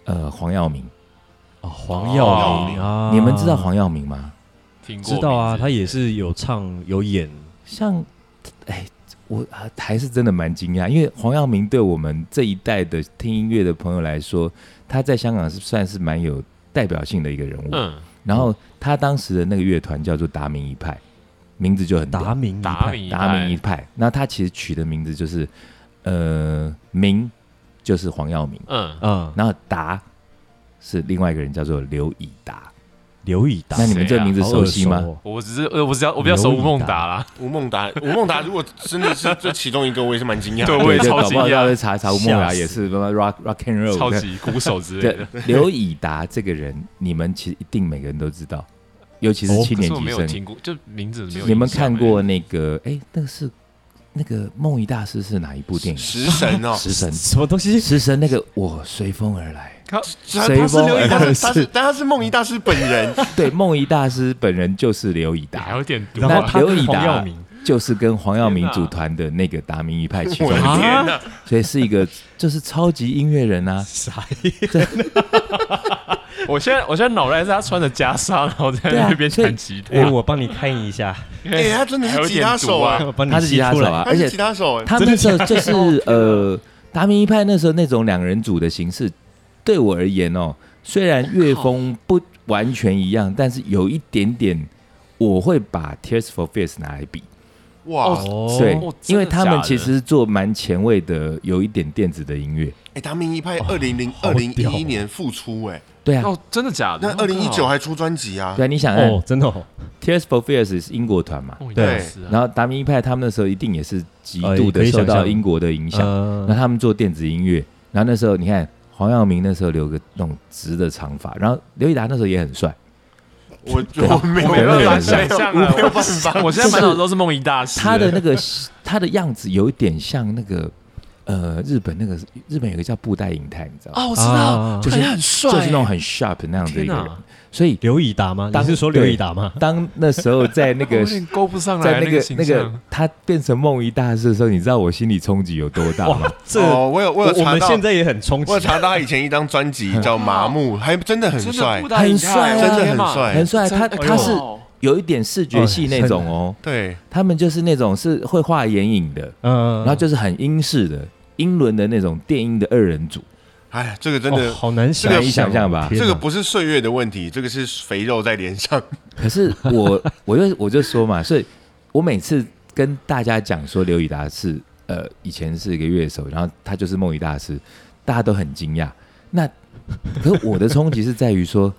D: 呃黄耀明。
B: 哦，黄耀明啊，
D: 你们知道黄耀明吗？
C: 听过
B: 知道啊，
C: 名字
B: 他也是有唱有演，
D: 像，哎，我啊还是真的蛮惊讶，因为黄耀明对我们这一代的听音乐的朋友来说，他在香港是算是蛮有代表性的一个人物。
C: 嗯，
D: 然后他当时的那个乐团叫做达明一派，名字就很屌
B: 达明一派
C: 达明一
D: 达明一
C: 派
D: 派。那他其实取的名字就是，呃，明就是黄耀明，
C: 嗯，
B: 嗯，
D: 然后达是另外一个人叫做刘以达。
B: 刘以达
D: 那，你们这个名字
B: 好
C: 啊
D: 熟
B: 耳
D: 悉
B: 熟
D: 吗？
B: 哦
C: 我只是呃我只要我比较熟
B: 刘以
C: 吴
B: 达
C: 孟达啦，
A: 吴孟达，吴孟达如果真的是这其中一个，我也是蛮惊讶的。
C: 对我也
D: 对，就
C: 超
D: 搞
C: 惊
D: 不好要
C: 讶
D: 去查一查吴孟
B: 吓
D: 达
B: 死
D: 也是什么 rock rock and roll
C: <laughs> 超
D: 的。
C: 级鼓手之类
D: 对 <laughs>
C: 的。，
D: 刘以达这个人，你们其实一定每个人都知道，尤其是
B: 哦
D: 七
C: 可
D: 年
C: 是我
D: 级
C: 没有
D: 生。
C: 听过，就名字没有。
D: 你们看过？那个？哎，那个是那个梦遗大师是哪一部电影？
A: 食神哦，
D: 食神，
B: 什么东
D: <laughs>
B: 西？
D: 食神那个我随风而来。
C: 他
A: 他
D: 谁
A: 他是
D: 帮
A: 刘以达，他是他
D: 是
A: 是，但他是梦遗大师本人。
C: <laughs>
D: 对，梦遗大师本人就是刘以
C: 你还
D: 达，
C: 有点毒
B: 然后
C: 啊
D: 那
B: 他
D: 刘
B: 跟
D: 以
B: 黄耀
D: 达
B: 明，
D: 就是跟黄耀明
C: 天哪
D: 组团的那个达明一派其中
A: 我
D: 一
A: 的
D: 个，
A: 天
C: 啊
A: 哪！
D: 所以是一
B: <laughs>
D: 个就是超级音乐人啊。
B: 啥？
C: <laughs> 我现在我现在脑袋是他穿着袈裟，然后在
D: 对啊
C: 那边
D: 所以
C: 弹吉他
B: 哎，，我帮你看一 <laughs> 下，
A: 哎，他真的是吉他手啊，
B: 我帮你
D: 他是吉
B: 洗
D: 他
B: 出
D: 手
B: 来。
D: 啊，
A: 他
D: 而
A: 是
D: 且
A: 吉他手哎。
D: 他们那时候就是 <laughs> 呃，达明一派那时候那种两人组的形式，对我而言哦，虽然乐风不完全一样，但是有一点点，我会把 Tears for Fears 拿来比。
A: 哇，
B: 哦
D: 对
C: 哦，真
D: 因为
C: 的
D: 他
C: 假
D: 们
C: 的
D: 其实做蛮前卫的，有一点电子的音乐。
A: 哎，达明一派
C: 哦
A: 二零零
C: 好
A: 二零
C: 屌
A: 一
C: 哦
A: 一年复出，哎，
D: 对啊，
C: 哦，真的假的？
A: 那二零一九
C: 我
A: 还出专辑啊
D: 对，啊，你想看
B: 哦，真的哦，
D: Tears for Fears 是英国团嘛
C: 靠，，哦
B: 对
C: 原来是啊
D: 然后达明一派他们那时候一定也是极
B: 哎
D: 度
B: 可
D: 的
B: 以
D: 受
B: 想
D: 到
B: 象
D: 英国的影响。那
C: 嗯
B: 呃，
D: 他们做电子音乐，然后那时候你看黄耀明那时候留个那种直的长发，然后刘以达那时候也很帅，
A: 我我没有
C: 我没
A: 办
C: 办
A: 法
C: 法
A: 想
C: 想
A: 象
C: 象
A: 啊，
C: 啊
A: 我没有办法，
C: <laughs> 我现在满脑子都是梦遗大师。
D: 他的那个 <laughs> 他的样子有一点像那个呃日本那个日本有个叫布袋银太，你知道吗？
C: 哦，我知
B: 啊
C: 道，
D: 就是
C: 哎很帅
D: 就是那种很 sharp 那样的一
C: 天
D: 个
C: 哪
D: 人，，所以
B: 刘以达吗？你
D: 当
B: 是说刘以达吗？
D: 当那时候在那
C: 我 <laughs>
D: 个
C: 有点勾不上来啊
D: 在那个
C: 形
D: 那个
C: 象。
D: 他变成梦遗大师的时候，你知道我心理冲击有多大吗？
B: 这
A: 哦，我有我有
B: 我
A: 查
B: 们
A: 到，
B: 现在也很冲
A: 我有
B: 击，
A: 查到他以前一张专辑叫《麻木》，还真的很
C: 真的
A: 帅
C: 布，袋
D: 很
C: 影
D: 帅
C: 太
D: 啊
A: 真的
C: 天哪
A: 很帅
D: 很，帅，他
C: 真
D: 他是
C: 哎呦
D: 有一点视觉系那种哦，
A: 对，
D: 他们就是那种是会画眼影的，
B: 嗯，
D: 然后就是很英式的、英伦的那种电音的二人组，
A: 哎，这个真的
B: 哦好难想
A: 这个
D: 想象吧
A: 这个不是岁月的问题，这个是肥肉在脸
D: <laughs>
A: 上。
D: 可是我 <laughs> 我就我就说嘛，所以我每次跟大家讲说刘以达是呃以前是一个乐手，然后他就是梦遗大师，大家都很惊讶。那可是我的冲击是在于说，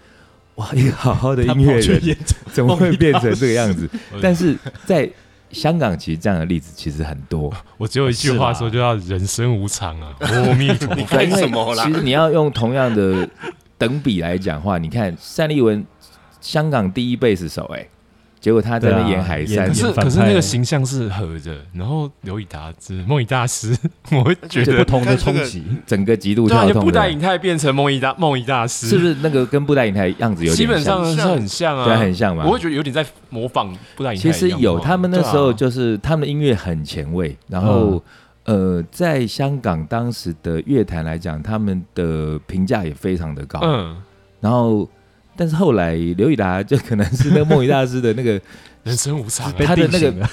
D: 哇，一个好好的音乐人怎么会变成这个样子？但是在香港其实这样的例子其实很多，
C: 我只有一句话说，就叫人生无
D: <laughs>
C: 常啊，阿弥
A: <laughs>
C: 陀
A: 你
C: 佛。
A: 看
D: 因
A: 什
D: 为
A: 么啦
D: 其？实你要用同样的等比来讲话，你看单立文，香港第一贝斯手、哎，结果他在那
B: 对啊
D: 演海
B: 演
D: 山
C: 可，是
B: 演反派
C: 可是那个形象是合的，然后刘以达之 <laughs> 梦遗大师，我会
B: <laughs>
C: 觉
B: 这不
C: 得
B: 同的
A: 看这
B: 冲
A: 个
B: 击，
D: 整个极度
C: 对啊，
D: 跳
C: 就
D: 动
C: 布
D: 的
C: 袋影太变成梦遗大梦遗大师，
D: 是不是那个跟布袋影台样子有点像？
C: 基本上是很像啊，
D: 对啊很像嘛
C: 我会觉得有点在模仿布袋影太
D: 其
C: 一
D: 实
C: 样的话。
D: 有，他们那
C: 对啊
D: 时候就是、他们的音乐很前卫，然后、呃，在香港当时的乐坛来讲，他们的评价也非常的高。
C: 嗯，
D: 然后，但是后来刘以达就可能是那个梦遗大师的那个
C: 人生无常啊，
B: 被
D: 他的
B: 定
D: 那个
B: 型了，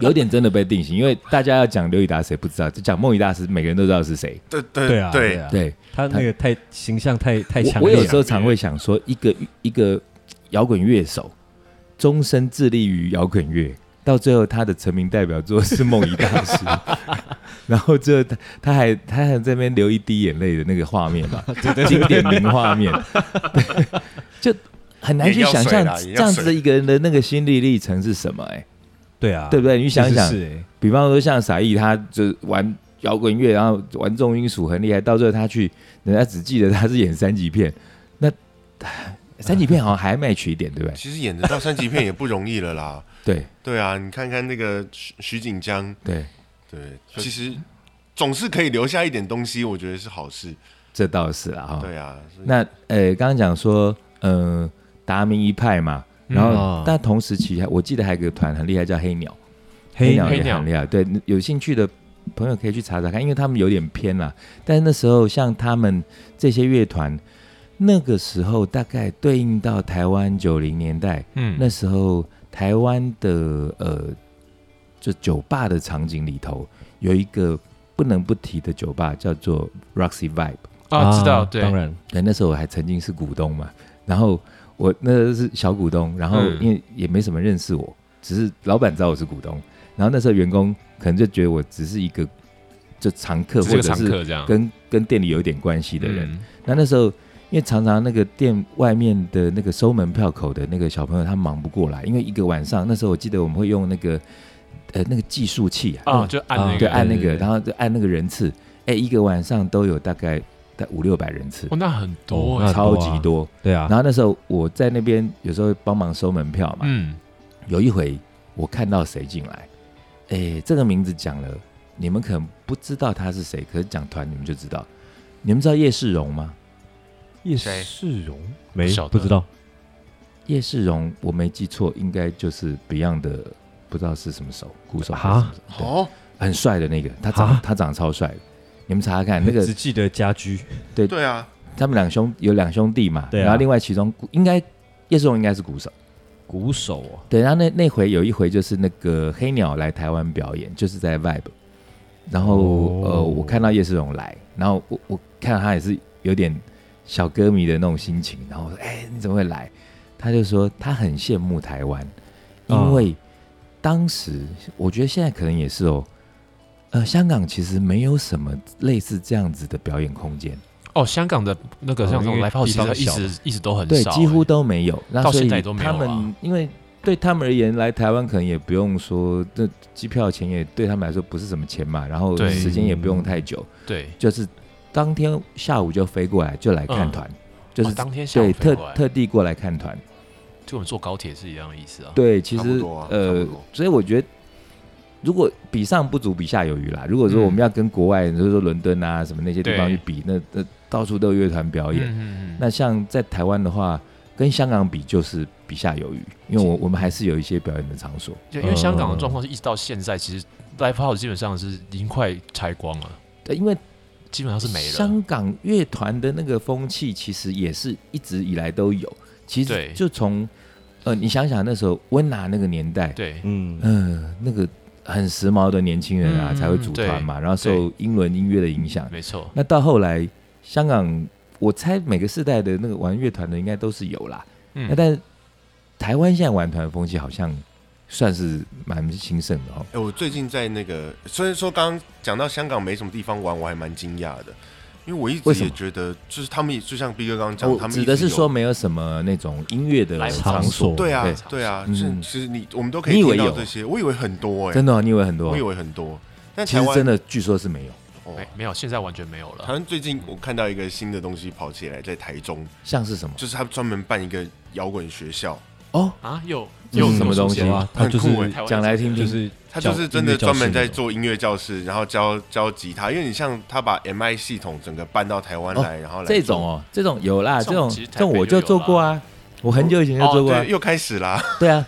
D: 有点真的被定型，因为大家要讲刘以达谁不知道，就讲梦遗大师每个人都知道是谁。
A: 对
B: <laughs> 对
A: 对
B: 啊，
A: 对，
B: 啊，
D: 对，
B: 他那个太形象太太强
D: 我我
B: 烈
D: 有时
B: 了，
D: 候常会想说，一个一个摇滚乐手终身致力于摇滚乐，到最后他的成名代表作是梦遗大师， <laughs> 然后最后他他还他还在那边流一滴眼泪的那个画面 <laughs> 嘛，经典名画 <laughs> 面，对就很难去
A: 眼
D: 想
A: 药水
D: 象
A: 啦眼药水
D: 这样子的一个人的那个心理历程是什么、哎，
B: 对啊，
D: 对不对？你
B: 你
D: 想想，
B: 是哎，
D: 比方说像撒艺，他就玩摇滚乐，然后玩重金属很厉害，到最后他去，人家只记得他是演三级片，那唉三级片好像还 match 一点，对不对？
A: 其实演得到三级片也不容易了啦。
D: <laughs> 对
A: 对啊，你看看那个徐徐锦江，
D: 对，
A: 对，其实总是可以留下一点东西，我觉得是好事。
D: 这倒是啦哈。
A: 对啊，所以
D: 那呃，刚刚讲说，呃，达明一派嘛，然后、
B: 嗯哦
D: 但同时期还我记得还有一个团很厉害叫黑鸟，
B: 黑
D: 鸟
B: 鸟
C: 黑
D: 也
C: 鸟
D: 很厉害，对，有兴趣的朋友可以去查查看，因为他们有点偏啦。但是那时候像他们这些乐团，那个时候大概对应到台湾九零年代，
C: 嗯，
D: 那时候台湾的呃，就酒吧的场景里头有一个不能不提的酒吧叫做 Roxy Vibe。
C: 啊，知道，对，
B: 当然，
D: 对，那时候我还曾经是股东嘛，然后我那是小股东，然后
C: 嗯
D: 因为也没什么认识我，只是老板知道我是股东，然后那时候员工可能就觉得我只是一个就常客
C: 只是
D: 或
C: 个
D: 者
C: 常
D: 是
C: 客这样
D: 跟跟店里有一点关系的人。
C: 嗯
D: 那那时候因为常常那个店外面的那个收门票口的那个小朋友他忙不过来，因为一个晚上那时候我记得我们会用那个呃那个计数器啊，
C: 啊，就按那
B: 啊
D: 对，
C: 个，
D: 按那
B: 对
D: 个，
B: 对对
D: 然后就按那个人次，哎，一个晚上都有大概大五六百人次。
C: 哦，那很
B: 哦
C: 多
B: 那
C: 欸，
B: 很
D: 超
B: 多啊
D: 级多。
B: 对啊
D: 然，后那时候我在那边有时候会帮忙收门票嘛，
C: 嗯，
D: 有一回我看到谁进来，哎，这个名字讲了，你们可能不知道他是谁，可是讲团你们就知道。你们知道叶世荣吗？
B: 叶
A: 谁
B: 世荣没
C: 不晓得
B: 不知道，
D: 叶世荣，我没记错，应该就是 Beyond 的，不知道是什么手，鼓手还是什么手对
A: 哦，
D: 很帅的那个，他长
B: 啊
D: 他长得超帅的，你们查查看，那
B: <laughs>
D: 个
B: 只记得家居，
A: 对啊，
D: 他们两兄有两兄弟嘛，
B: 对啊
D: 然后另外其中应该叶世荣应该是鼓手。
B: 鼓手哦，
D: 对，然后那那回有一回就是那个黑鸟来台湾表演，就是在 Vibe，然后、
B: 哦
D: 呃，我看到叶世荣来，然后我我看到他也是有点小歌迷的那种心情，然后我说：“哎、你怎么会来？”他就说他很羡慕台湾，因
B: 嗯
D: 为当时我觉得现在可能也是哦，呃，香港其实没有什么类似这样子的表演空间，
C: 哦，香港的那个
B: 哦
C: 像这种
B: 因为
C: live house
B: 地
C: 其
B: 方
C: 实一
B: 小
C: 直一直都很
D: 对，
C: 少，欸
D: 几乎都没有。那
C: 到
D: 所
C: 现
D: 以
C: 在都没有啊
D: 他
C: 了
D: 们因为对他们而言，来台湾可能也不用说，这机票钱也对他们来说不是什么钱嘛，然后
C: 对
D: 时间也不用太久，
C: 对，
D: 就是当天下午就飞过来就来看团，就是、
C: 哦当天下午
D: 对
C: 飞
D: 特
C: 过来
D: 特地过来看团。
C: 就我们坐高铁是一样的意思啊。
D: 对，其
A: 差不
D: 实、
A: 多啊差不
D: 呃
A: 多，
D: 所以我觉得，如果比上不足，比下有余啦。如果说我们要跟国外，就是说伦敦啊什么那些地方
C: 嗯对
D: 去比，那那到处都有乐团表
C: 嗯
D: 演。
C: 嗯嗯，
D: 那像在台湾的话，跟香港比就是比下有余，因为我我们还是有一些表演的场所。
C: 就因为香
D: 呃
C: 港的状况是一直到现在，其实 live house 基本上是已经快拆光了，
D: 对，因为
C: 基本上是没了。
D: 香港乐团的那个风气其实也是一直以来都有。其
C: 对
D: 实就从呃，你想想那时候温拿那个年代，
C: 对，
B: 嗯，
D: 嗯、那个很时髦的年轻人啊、
C: 嗯
D: 才会组团嘛，然后
C: 对
D: 受英伦音乐的影响。
C: 没错，
D: 那到后来，香港我猜每个世代的那个玩乐团的应该都是有啦。那、
C: 嗯，
D: 但是台湾现在玩团的风气好像算是蛮兴盛的哦。
A: 哎、我最近在那个，虽然说刚刚讲到香港没什么地方玩，我还蛮惊讶的，因为我一
D: 为
A: 直
D: 什
A: 也
D: 么
A: 觉得，就是他们也就像 B 哥刚刚讲，他
D: 我
A: 们
D: 指
A: 一
D: 的
A: 直
D: 是
A: 有
D: 说，没有什么那种音乐的
C: 来
D: 场所，
B: 所
A: 对啊
D: 对，
A: 对啊，
D: 嗯
A: 是其实你我们都可以
D: 你以为
A: 听到
D: 有啊
A: 这些，我以为很多哎、
D: 真的哦、你以为很多
A: 我以
D: 哦？
A: 为很多，但
D: 其
A: 台
D: 实
A: 湾
D: 真的据说是没有，
A: 哦
C: 没没有，现在完全没有
A: 台
C: 了。
A: 湾最近我看到一个新的东西跑起来，在台中，
D: 像是什么
A: 就是他专门办一个摇滚学校，
D: 哦，
C: 啊，又
D: 这
C: 又
D: 是什么东西
C: 出现
B: 有
C: 了
B: 啊，他就
A: 很酷
B: 是
A: 欸
C: 台湾
D: 讲来
C: <laughs>
D: 听
B: 就
D: 听。
B: 是
A: 他就是
B: 教
A: 真的
B: 音乐教
A: 专
B: 室
A: 门在
B: 那种
A: 做音乐教室，然后教教吉他，因为你像他把 MI 系统整个搬到台湾
D: 哦
A: 来，然后来
D: 这
A: 做
D: 种哦，这种有啦，
C: 这
D: 这
C: 种
D: 种
C: 其实台
D: 这种
C: 北
D: 我
C: 就
D: 就
C: 有
D: 做
C: 啦
D: 过啊，我很久以前就
C: 哦
D: 做过哦啊
A: 对，，又开始啦，
D: 对啊，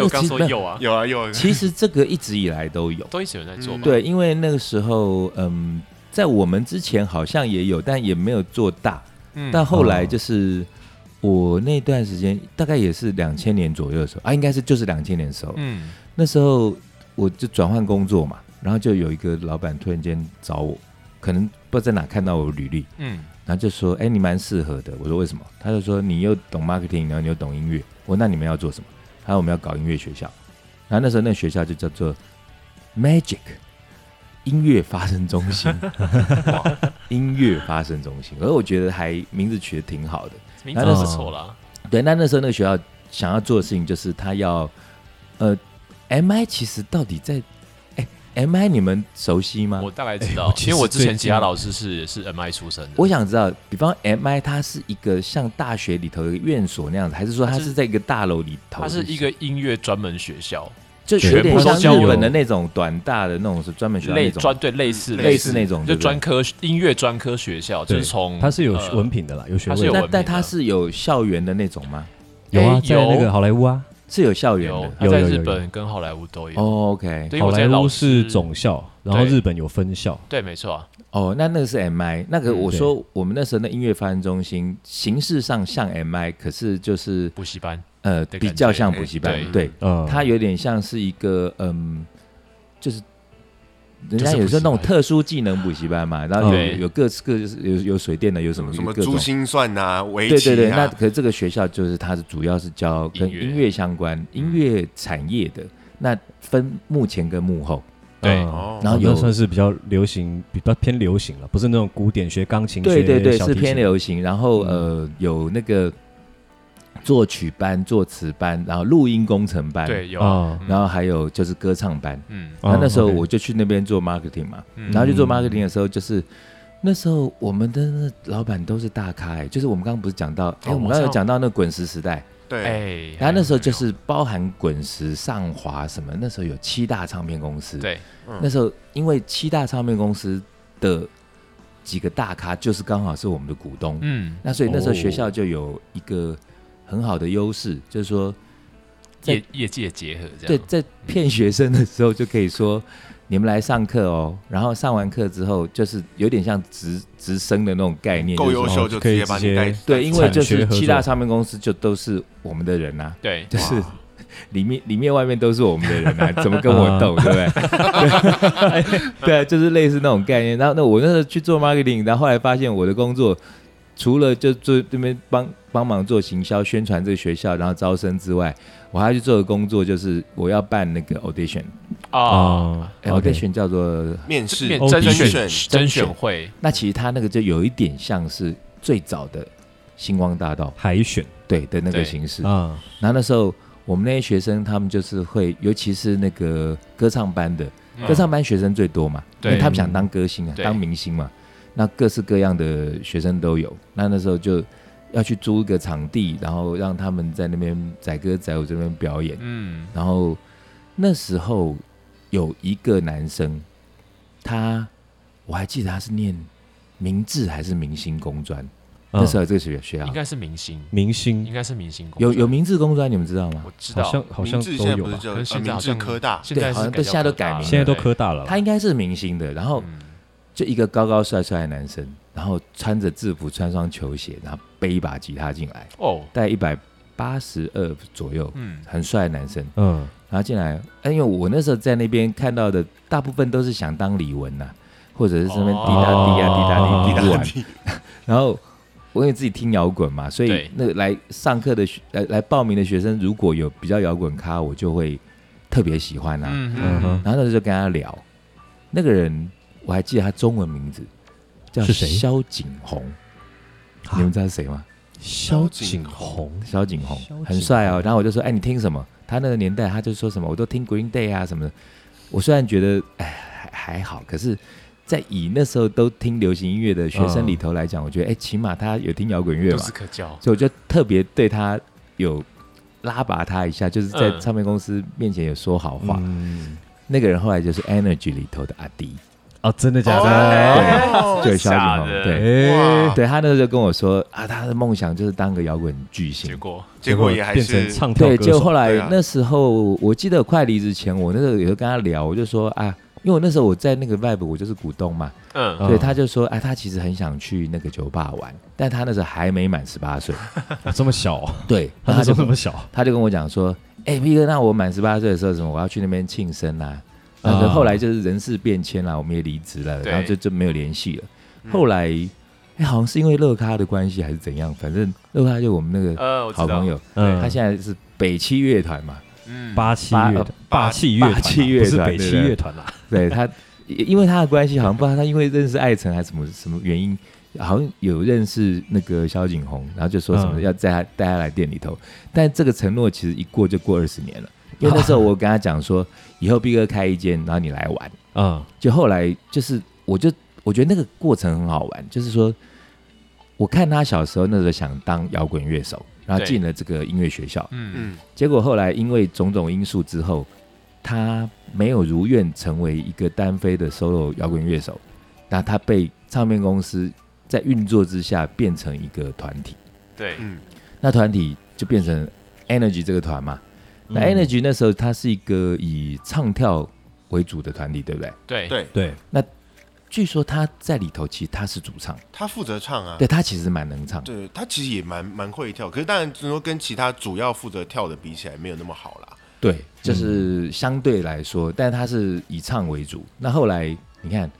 D: 这
C: 我
D: 个
C: 刚
D: 其
C: 说
D: 实
C: 有啊，
A: 有啊有
D: <laughs>
A: 啊，
D: 其实这个一直以来都
C: <laughs>
D: 有，
C: 都一直有人在做吧？
D: 对，因为那个时候，嗯，在我们之前好像也有，但也没有做大。
C: 嗯
D: 但后来就是我那段时间，大概也是两千年左右的时候啊，应该是就是两千年的时候，
C: 嗯，
D: 那时候我就转换工作嘛，然后就有一个老板突然间找我，可能不知道在哪看到我的履历，
C: 嗯，
D: 然后就说：“哎，你蛮适合的。”我说：“为什么？”他就说：“你又懂 marketing，然后你又懂音乐。”我说：“那你们要做什么？”他说：“我们要搞音乐学校。”然后那时候那个学校就叫做 Magic 音乐发声中心，哇音乐发声中心。而我觉得还名字取得挺好的。
C: 名字都是错了，啊
D: 对，那那时候那个学校想要做的事情就是他要，呃，MI 其实到底在，哎，MI 你们熟悉吗？
C: 我大概
B: 哎
C: 知道
B: 我，其
C: 因
B: 实
C: 为我之前
B: 最
C: 其
B: 近
C: 他老师是是 MI 出身的，
D: 我想知道，比方 MI 它是一个像大学里头的院所那样子，还是说它
C: 它是
D: 是在一个大楼里头？
C: 它是一个音乐专门学校，
D: 就
B: 全
D: 有点
B: 部都
D: 像
B: 教
D: 日本
B: 我
D: 的那种短大的那种是专门学校
C: 类
D: 那种嗯
C: 专对类似
D: 类似那种，
C: 就
D: 对不对
C: 专。科音乐专科学校，就是
B: 对
C: 从
B: 他是有
C: 呃
B: 文凭的啦，有学
C: 它是
B: 位
C: 有
B: 的，
D: 那
C: 文
D: 但
C: 凭
D: 它
C: 的
D: 是有校园的那种吗？
B: 有啊，
C: 诶
B: 在那
C: 有
B: 个好莱坞啊，
D: 是有校园
C: 有
D: 的。
C: 他
B: 有
C: 在
B: 有
C: 日
B: 有
C: 本跟好莱坞都有。
D: 哦，OK，
C: 对，因为
B: 好
C: 我在
B: 莱
C: 老
B: 坞
C: 师
B: 是总校，然后
C: 对
B: 日本有分校，
C: 对，没错啊，
D: 哦，那那个是 MI，那个
C: 嗯
D: 我说我们那时候的音乐发展中心形式上像 MI，可是就是
C: 补习班。
D: 呃
C: 的感觉
D: 比较像补习班
C: 哎，
D: 对，
B: 嗯，
D: 它有点像是一个嗯，就是人家
C: 就是
D: 有时候那种
C: 补习班
D: 特殊技能补习班嘛，然后有
C: 对
D: 有各各有有水电的，有什么
A: 什么
D: 各种
A: 珠。心算呐、围棋
D: 对
A: 啊，
D: 对对，那可是这个学校就是它是主要是教跟
C: 音乐
D: 音乐相关、音乐产业的，那分幕前跟幕后，
C: 对
B: 嗯
A: 哦
D: 然后
B: 哦
D: 有
B: 那算是比较流行，比较偏流行了，不是那种古典学钢琴学
D: 对对对，
B: 小
D: 是
B: 提琴
D: 偏流行。然后呃，有那个作曲班、作词班，然后录音工程班，
C: 对，有啊
B: 啊。
C: 嗯
D: 然后还有就是歌唱班。
C: 嗯，
D: 那那时候
B: OK
D: 我就去那边做 marketing 嘛，
C: 嗯
D: 然后去做 marketing 的时候，就是那时候我们的那老板都是大咖、欸，就是我们刚刚不是讲到，哎、我
C: 哦
D: 们
C: 我
D: 刚刚有
C: 知道
D: 讲到那滚石时代，
A: 对，
C: 哎，
D: 然后那时候就是包含滚石、上华什么，那时候有七大唱片公司，，
C: 对，
D: 那时候因为七大唱片公司的几个大咖就是刚好是我们的股东，
C: 嗯，
D: 那所以那时候
B: 哦
D: 学校就有一个很好的优势，就是说在
C: 业业界结合这
D: 对，
C: 样，
D: 在骗学生的时候就可以说，你们来上课哦，然后上完课之后，就是有点像直直升的那种概念，
A: 够
D: 就是
A: 优
D: 说
A: 秀就直接把你带
B: 可以直
D: 对，因为就
B: 产学
D: 是
B: 合作
D: 七大唱片公司就都是我们的人啊呐、
C: 对，
D: 就是里面里面外面都是我们的人呐、怎么跟我斗，对不对？对， <laughs> 啊就是类似那种概念。然后那我那时候去做 marketing，然后后来发现我的工作除了就做这边帮帮忙做行销宣传这个学校，然后招生之外，我还要去做的工作就是我要办那个 audition，
C: 啊，
B: 啊
D: 哎、
B: ，OK
D: audition 叫做，
A: 面试
C: 面
B: 哦
C: 甄
B: 甄
C: 选
A: 选
C: 甄
D: 甄
C: 选
D: 选
C: 会
D: 那其实它那个就有一点像是最早的星光大道
B: 海选
D: 对的那
C: 对
D: 个形式。
B: 啊，
D: 然后那时候我们那些学生，他们就是会，尤其是那个歌唱班的，歌唱班学生最多嘛，因
C: 嗯对
D: 为他们想当歌星啊，
C: 对
D: 当明星嘛。那各式各样的学生都有。那那时候就要去租一个场地，然后让他们在那边载歌载舞这边表演。
C: 嗯
D: 然后那时候有一个男生，他我还记得他是念明治还是明星工专，那
B: 候
D: 时候有这个学学校
C: 嗯应该是明星，
B: 明
C: 应
B: 星
C: 该是明星
D: 啊
C: 工
D: 有
C: 作
D: 有明治工专，你们知道吗
C: 我？知
B: 好
C: 道，
B: 像好像
A: 明治
B: 都
A: 现在
B: 有
A: 不是
B: 吧，
A: 叫哎
C: 可是
A: 呃
C: 现在
A: 明
C: 好
A: 治
C: 像
A: 科大，
C: 现在
D: 对好像
C: 改
D: 都现在都
C: 叫科大
D: 改名
B: 现在都
C: 对
B: 科大了
D: 他
B: 啦，
D: 应该是明星的，然后
C: 嗯
D: 就一个高高帅帅的男生，然后穿着制服，穿双球鞋，然后背一把吉他进来，
C: 哦，
D: 大概一百八十二左右，
C: 嗯
D: 很帅的男生。
B: 嗯，
D: 然后进来，哎因为我那时候在那边看到的大部分都是想当李玟呐、或者是这边
C: 哦
D: 滴答滴啊呀滴答滴滴
A: 大
D: 答滴，
A: 地
D: <laughs> 然后我也自己听摇滚嘛，所以
C: 对
D: 那个来上课的学来来报名的学生，如果有比较摇滚咖，我就会特别喜欢啊。
C: 嗯
B: 嗯哼
D: 然后那时候就跟他聊，那个人我还记得他中文名字叫
B: 是谁
D: 萧景宏，你
B: 啊
D: 们知道是谁吗？
B: 萧
A: 景
B: 景
A: 宏
B: 宏
D: 萧景宏
B: 萧景宏
D: 很帅哦。然后我就说，哎，你听什么？他那个年代他就说什么，我都听 Green Day 啊什么的。我虽然觉得哎还还好，可是，在以那时候都听流行音乐的学
B: 嗯
D: 生里头来讲，我觉得哎，起码他有听摇滚乐
C: 有
D: 嘛
C: 是，可教，
D: 所以我就特别对他有拉拔他一下，就是在
C: 嗯
D: 唱片公司面前有说好话。
B: 嗯，
D: 那个人后来就是 Energy 里头的阿迪。
B: 哦，真的假的？
A: 哦
D: 对，萧敬
C: 假
D: 腾，
C: 的
D: 对，
A: 哇
B: 哎，
D: 对他那时候就跟我说啊，他的梦想就是当个摇滚巨
C: 结
D: 星。
C: 果
A: 结果也还
B: 变成
A: 是
B: 唱跳
D: 对，
B: 歌
D: 就
B: 手
D: 后来
A: 对啊
D: 那时候，我记得快离职前，我那时候有时候跟他聊，我就说啊，因为我那时候我在那个 vibe，我就是股东嘛，
C: 嗯
B: 嗯
D: 所以他就说，啊，他其实很想去那个酒吧玩，但他那时候还没满十八岁，
B: 哦这么小哦， <laughs>
D: 对，
B: 他那
D: 然后
B: 时
D: 他
B: 候那
D: 就
B: 么小，啊
D: 他就跟我讲说，哎、p 哥，那我满十八岁的时候，什么我要去那边庆生啊，然后
B: 啊
D: 后来就是人事变迁啦，我们也离职了，
C: 对嗯
D: 然后就就没有联系了。后来，哎、好像是因为乐咖的关系还是怎样，反正乐咖就我们那个
C: 呃，我知
D: 好
C: 道
D: 朋，友，
B: 嗯，
D: 他现在是北七乐团嘛，
A: 嗯
B: 八七
D: 八
B: 乐
D: 呃
B: 团霸气乐团啊，
D: 霸气乐
B: 不是
D: 团
B: 北
D: 对
B: 七
D: 对
B: 乐团啊啦，
D: <laughs> 对他，因为他的关系，好像不知道他因为认识艾辰还是什么什么原因，好像有认识那个萧景宏，然后就说什么
B: 嗯
D: 要带他带他来店里头，但这个承诺其实一过就过二十年了，因为那时候我跟他讲说，以后 B 哥开一间，然后你来玩。
B: 嗯，
D: 就后来就是，我就我觉得那个过程很好玩，就是说，我看他小时候那时候想当摇滚乐手，然后
C: 对
D: 进了这个音乐学校，
C: 嗯
A: 嗯
D: 结果后来因为种种因素之后，他没有如愿成为一个单飞的 solo 摇滚乐手，那他被唱片公司在运作之下变成一个团体，
C: 对，
A: 嗯，
D: 那团体就变成 Energy 这个团嘛，那
B: 嗯
D: Energy 那时候它是一个以唱跳为主的团体，对不对？
C: 对
A: 对
B: 对，
D: 据说他在里头其实他是主唱，
A: 他负责唱啊，
D: 对他其实蛮能唱。
A: 对他其实也蛮蛮会跳，可是当然就是说跟其他主要负责跳的比起来，没有那么好啦。
D: 对，就是相对来说，但他是以唱为主。那后来你看，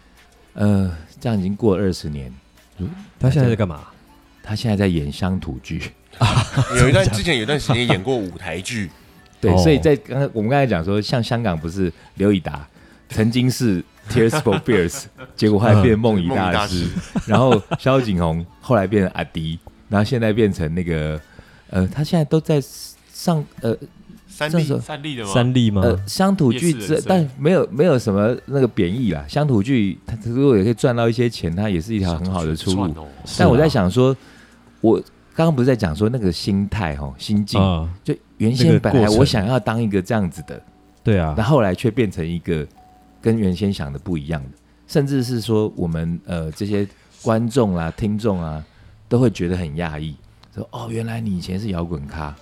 D: 呃，这样已经过二十年，
B: 他现在在干嘛？
D: 他现在在演乡土剧。
A: 有一段之前有一段时间演过舞台剧，
D: 对，
B: 哦
D: 所以在刚才我们刚才讲说，像香港不是刘以达曾经是 Tears for Fears，结果后来变梦遗
A: 梦遗大
D: 大
A: 师
D: 师， <laughs> 然后萧景宏后来变成阿迪，然后现在变成那个呃，他现在都在上呃
A: 三
D: 这
A: D
D: 时候
C: 三立的吗？
B: 三立吗？啊
D: 呃，乡土剧
C: 夜市人
D: 这
C: 生
D: 但没有没有什么那个贬义啦。乡土剧它如果也可以赚到一些钱，它也是一条很好的出
C: 串
D: 路。
C: 哦，
B: 是
D: 但我在
B: 啊
D: 想说，我刚刚不是在讲说那个心态哈，心境。
B: 啊，
D: 就原
B: 那
D: 先
B: 个
D: 本
B: 过
D: 来
B: 程
D: 我想要当一个这样子的，
B: 对啊
D: 但，后来却变成一个跟原先想的不一样的，甚至是说我们呃这些观众啊、听众啊，都会觉得很讶异，说哦，原来你以前是摇滚咖，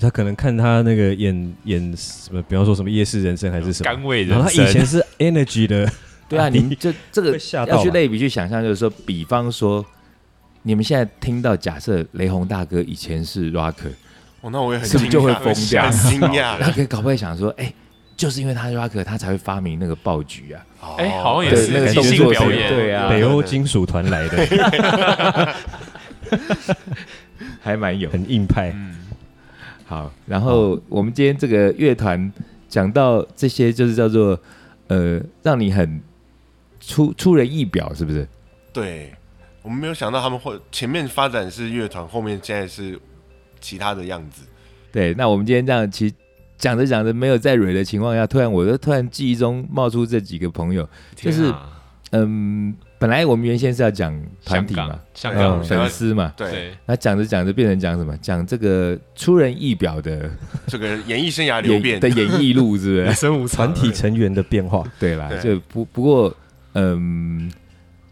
B: 他可能看他那个演演什么，比方说什么夜市人生还是什么，
C: 甘味
B: 然
C: 人
B: 后他
C: 生啊
B: 以前是 Energy 的，
D: 对啊，
B: 你
D: 你们就这个
B: 会吓到
D: 要去
B: 吧
D: 类比去想象，就是说，比方说，你们现在听到假设雷洪大哥以前是 rocker，
A: 哦，那我也很
D: 是不是
A: 惊讶
D: 就会疯掉
A: 很惊
D: <laughs> 他
A: 讶。
D: 可搞不会想说，哎、就是因为他是 rocker，他才会发明那个爆菊啊， <laughs>
C: 哎好像也
A: 哦对
C: 是
A: 那个
C: 即
A: 动
C: 兴
A: 作
C: 表
A: 是
C: 演
D: 对啊
B: 北欧金属团来的，
D: 还蛮有。
B: 很硬派。
A: 嗯，
D: 好，然后我们今天这个乐团讲到这些，就是叫做呃，让你很出出人意表，是不是？
A: 对，我们没有想到他们会前面发展是乐团，后面现在是其他的样子。
D: 对，那我们今天这样，其实讲着讲着没有在蕊的情况下，突然我就突然记忆中冒出这几个朋友，就是
C: 天啊
D: 嗯，本来我们原先是要讲团体嘛，
C: 香港，香港
D: 嗯，
A: 嗯
D: 粉丝嘛，
A: 对，
C: 对
D: 那讲着讲着变成讲什么？讲这个出人意表的
A: 这个演艺生涯流
D: 演
A: 变
D: 的，演艺路，是
A: <laughs>
D: 不是？
C: 生无
B: 团体成员的变化，
D: 对啦，
A: 对
D: 就不不过，嗯，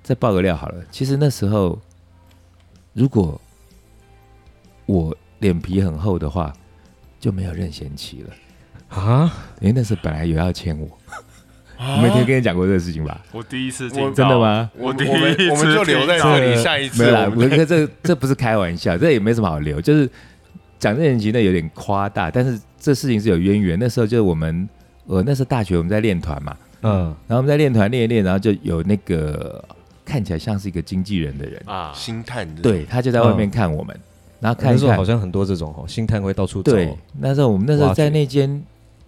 D: 再爆个料好了。其实那时候，如果我脸皮很厚的话，就没有任贤齐了，
B: 啊，
D: 因为那时候本来有要签我。
A: 啊
D: 我每天跟你讲过这个事情吧？
C: 我第一次
A: 听到
D: 真的？吗？
A: 我
C: 我第一
A: 我们
C: 次
A: 我们就留在
C: 听到
A: 这里，下一
B: <laughs>
A: 次
D: 没有
A: 我
C: 啊
D: 啦，
A: 们
D: 我这这这不是开玩笑，这也没什么好留，就是讲任贤齐那有点夸大，但是这事情是有渊源。那时候就是我们，呃，那时候大学我们在练团嘛，
B: 嗯，
D: 然后我们在练团练一练，然后就有那个看起来像是一个经纪人的人，
C: 啊，
A: 星探的
D: 对他就在外面看我们，然后
B: 嗯
D: 看
B: 那
D: 一
B: 时候
D: 看
B: 好，像很多这种哦，星探会到处走，
D: 对，那时候我们那时候
B: 挖掘
D: 在那间，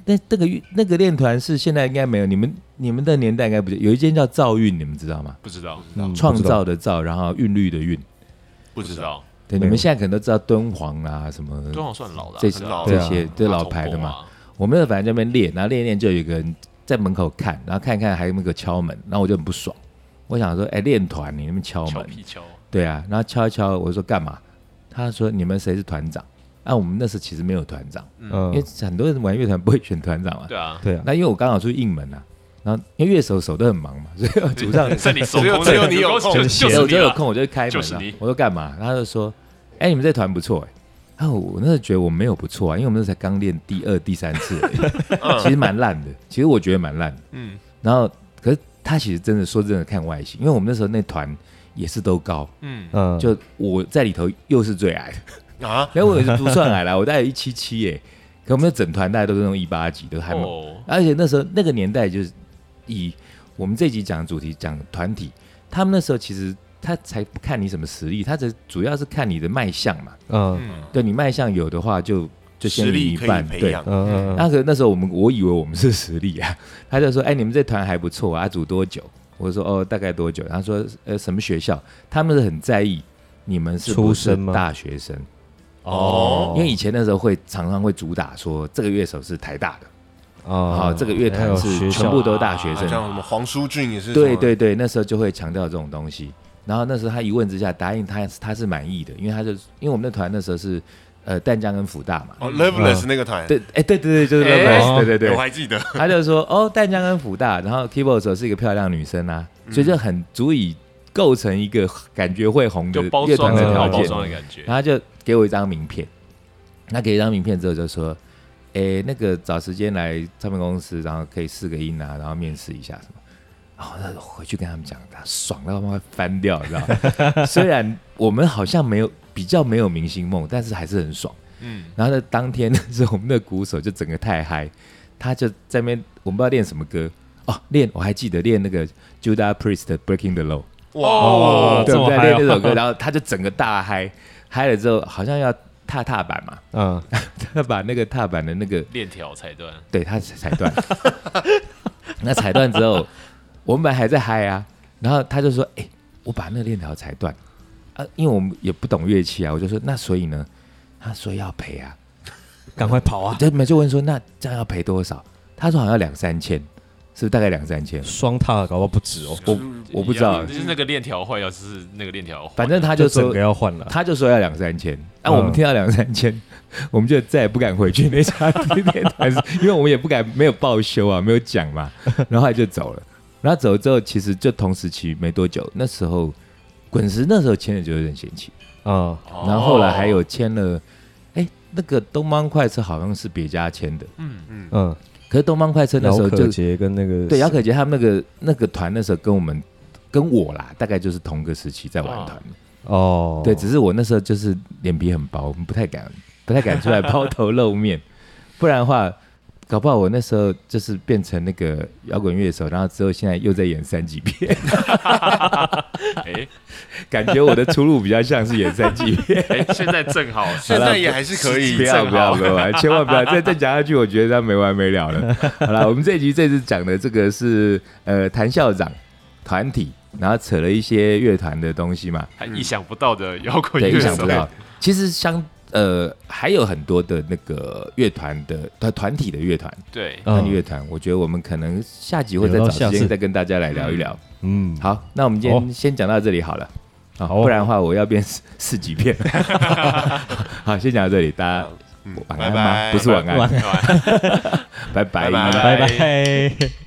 D: 那那个那个练团是现在应该没有，你们你们的年代应该不是有一间叫兆韵，你们知道吗？
C: 不知道，
B: 嗯
D: 创
B: 不知道
D: 造的造，然后韵律的韵，
A: 不
C: 不
A: 知
C: 知
A: 道，
C: 道，
D: 对，
B: 没有
D: 你们现在可能都知道敦煌啊什么，
C: 敦煌算老的啊，
D: 这
C: 很老
D: 这
C: 的
B: 对啊
D: 些这老牌的
C: 啊
D: 嘛。，我们那时候反正在那边练，然后练一练就有一个人在门口看，然后看一看还有那个敲门，然后我就很不爽，我想说，哎，练团你那边敲
C: 敲
D: 门，
C: 皮敲，
D: 对啊，然后敲一敲，我就说干嘛？他说你们谁是团长？啊，我们那时候其实没有团长，
B: 嗯
D: 因为，很多人玩乐团不会选团长嘛。
C: 对啊，
B: 对啊，
D: 那因为我刚好出去应门啊，然后因为乐手手都很忙嘛，所以主
C: <laughs>
D: 唱
C: 在你手
A: 只有
C: 工，
A: 只有你有空
C: 就
D: 有
C: 就
D: 时
C: 是
D: 候
C: 你
D: 有
C: 了，
D: 空我就会开门、啊，
C: 就是你
D: 我说干嘛？他就说，哎、你们这团不错哎、然后我那时候觉得我没有不错啊，因为我们那时候才刚练第二、第三
C: <laughs>
D: 次而已，
C: 嗯
D: 其实蛮烂的。其实我觉得蛮烂的。
A: 嗯
D: 然后，可是他其实真的说真的看外形，因为我们那时候那团也是都高，
C: 嗯，
B: 嗯，
D: 就我在里头又是最矮的。
A: 啊，
D: 然后我也是不算矮啦，我大概一七七耶，可我们的整团大家都是那种一八几，都还蛮、
C: 哦，
D: 而且那时候那个年代就是以我们这集讲的主题讲团体，他们那时候其实他才不看你什么实力，他只主要是看你的卖相嘛。
B: 嗯
A: 嗯，
D: 对你卖相有的话就，就先
A: 实
D: 赢
A: 力
D: 一
A: 可
D: 半。
A: 以培
D: 对，
A: 养，
B: 嗯
D: 那
B: 嗯，
D: 啊可那时候我们我以为我们是实力啊， <laughs> 他就说：“哎、你们这团还不错啊，组多久？”我说：“哦，大概多久？”他说：“呃，什么学校？”他们是很在意你们是不
B: 出
D: 是
B: 身吗
D: 大学生，
A: 哦
D: 因为以前那时候会常常会主打说这个乐手是台大的，
B: 啊
A: 哦
D: 好这个乐团是全部都大学
A: 啊
D: 生
A: 像什么黄舒骏也是，
D: 对，对对，那时候就会强调这种东西。然后那时候他一问之下，答应他他是满意的，因为他就因为我们那团那时候是呃淡江跟福大嘛，
A: 哦，Loveless 那个团，
D: 对，哎对对对，就是
C: 哎
D: Lovers，对对
A: 我
D: 对，
A: 还记得，
D: 他就说哦淡江跟福大，然后 keyboard 手是一个漂亮女生啊，
C: 嗯
D: 所以就很足以构成一个感觉会红的
C: 就包
D: 乐
C: 装
D: 团的
C: 的
B: 整
C: 套
D: 条
B: 套
C: 包
D: 件。
C: 装的感觉，
D: 然后他就给我一张名片，他给一张名片之后就说：“诶，那个找时间来唱片公司，然后可以试个音啊，然后面试一下什么。”然后他回去跟他们讲，他爽到他妈翻掉，你知道吗？虽然我们好像没有比较没有明星梦，但是还是很爽。
A: 嗯，
D: 然后呢，当天的时候，我们的鼓手就整个太嗨，他就在那边我们不知道练什么歌哦，练我还记得练那个 Judas Priest 的 Breaking the Law。
C: 哦
D: 对，
C: 这
D: 我
C: 么
D: 们在
C: 嗨
D: 练
C: 哦
D: 那首歌，然后他就整个大嗨，嗨了之后好像要踏踏板嘛， <laughs>
B: 嗯，
D: 他把那个踏板的那个
C: 链条裁断，
D: 对他踩 <laughs> 断，那踩断之后，我们本来还在嗨啊，然后他就说：“哎、我把那个链条踩断啊，因为我们也不懂乐器啊。”我就说：“那所以呢？”他说要赔啊，
B: 赶快跑
D: 我
B: 啊！
D: 就没就问说：“那这样要赔多少？”他说：“好像两三千，是不是大概两三千？”
B: 双踏搞不好不止哦，
D: 我我不知道
C: 就，是那个链条坏掉，就是那个链条坏了，
D: 反正他
B: 他
D: 就
B: 整
D: 说
B: 个要换了，
D: 他就说要两三千，那、
B: 嗯
D: 我们听到两三千， <laughs> 我们就再也不敢回去那家 <laughs> 店团，因为我们也不敢没有报修啊，没有
B: <laughs>
D: 讲嘛，然后后来就走了。然后走了之后，其实就同时期没多久，那时候滚石那时候签的就是任贤齐，
B: 啊
C: 哦，
D: 然后后来还有签了，哎、那个东方快车好像是别家签的，
C: 嗯，
A: 嗯，
B: 嗯，
D: 可是东方快车那
B: 姚
D: 时候
B: 可
D: 就
B: 杰跟那个
D: 对姚可杰他们那个那个团那时候跟我们跟我啦，大概就是同个时期在玩团。
B: 哦，
D: 对，只是我那时
A: <laughs>
D: 候就是脸皮很薄，我们不太敢，不太敢出来抛头露面，不然的话，搞不好我那时候就是变成那个摇滚乐手，然后之后现在又在演三
A: <laughs>
D: 级片，
C: 哎
D: 感觉我的出路比较像是演三级片。
C: 哎，现在
D: <laughs>
C: 正好，
A: 现在也还是可以
D: 不要
C: 正好
D: 不要不要，千万不要再再讲下去，我觉得他没完没
A: <laughs>
D: 了了。好了，我们这集这次讲的这个是呃谭校长团体，然后扯了一些乐团的东西嘛，
C: 还意想不到的摇滚
D: 对，
C: 乐
D: 意想
C: 手
D: 不，到。其实相呃还有很多的那个乐团的团团体的乐团，
C: 对，
B: 嗯
D: 团体乐团，我觉得我们可能下集会再
B: 留
D: 找时
B: 到下
D: 间
B: 次
D: 再跟大家来聊一聊。
B: 嗯，
D: 好，那我们今
B: 好
D: 天先讲到这里好了。好
B: 好哦
D: 不然的话我要变四四
B: <laughs>
D: 级片。好，先讲到这里，大家
A: 嗯
D: 晚
A: 拜
D: 安吗？
A: 拜，
D: 不是晚安，
B: 晚
C: 对吧
D: 拜拜
A: 拜拜
B: 拜拜。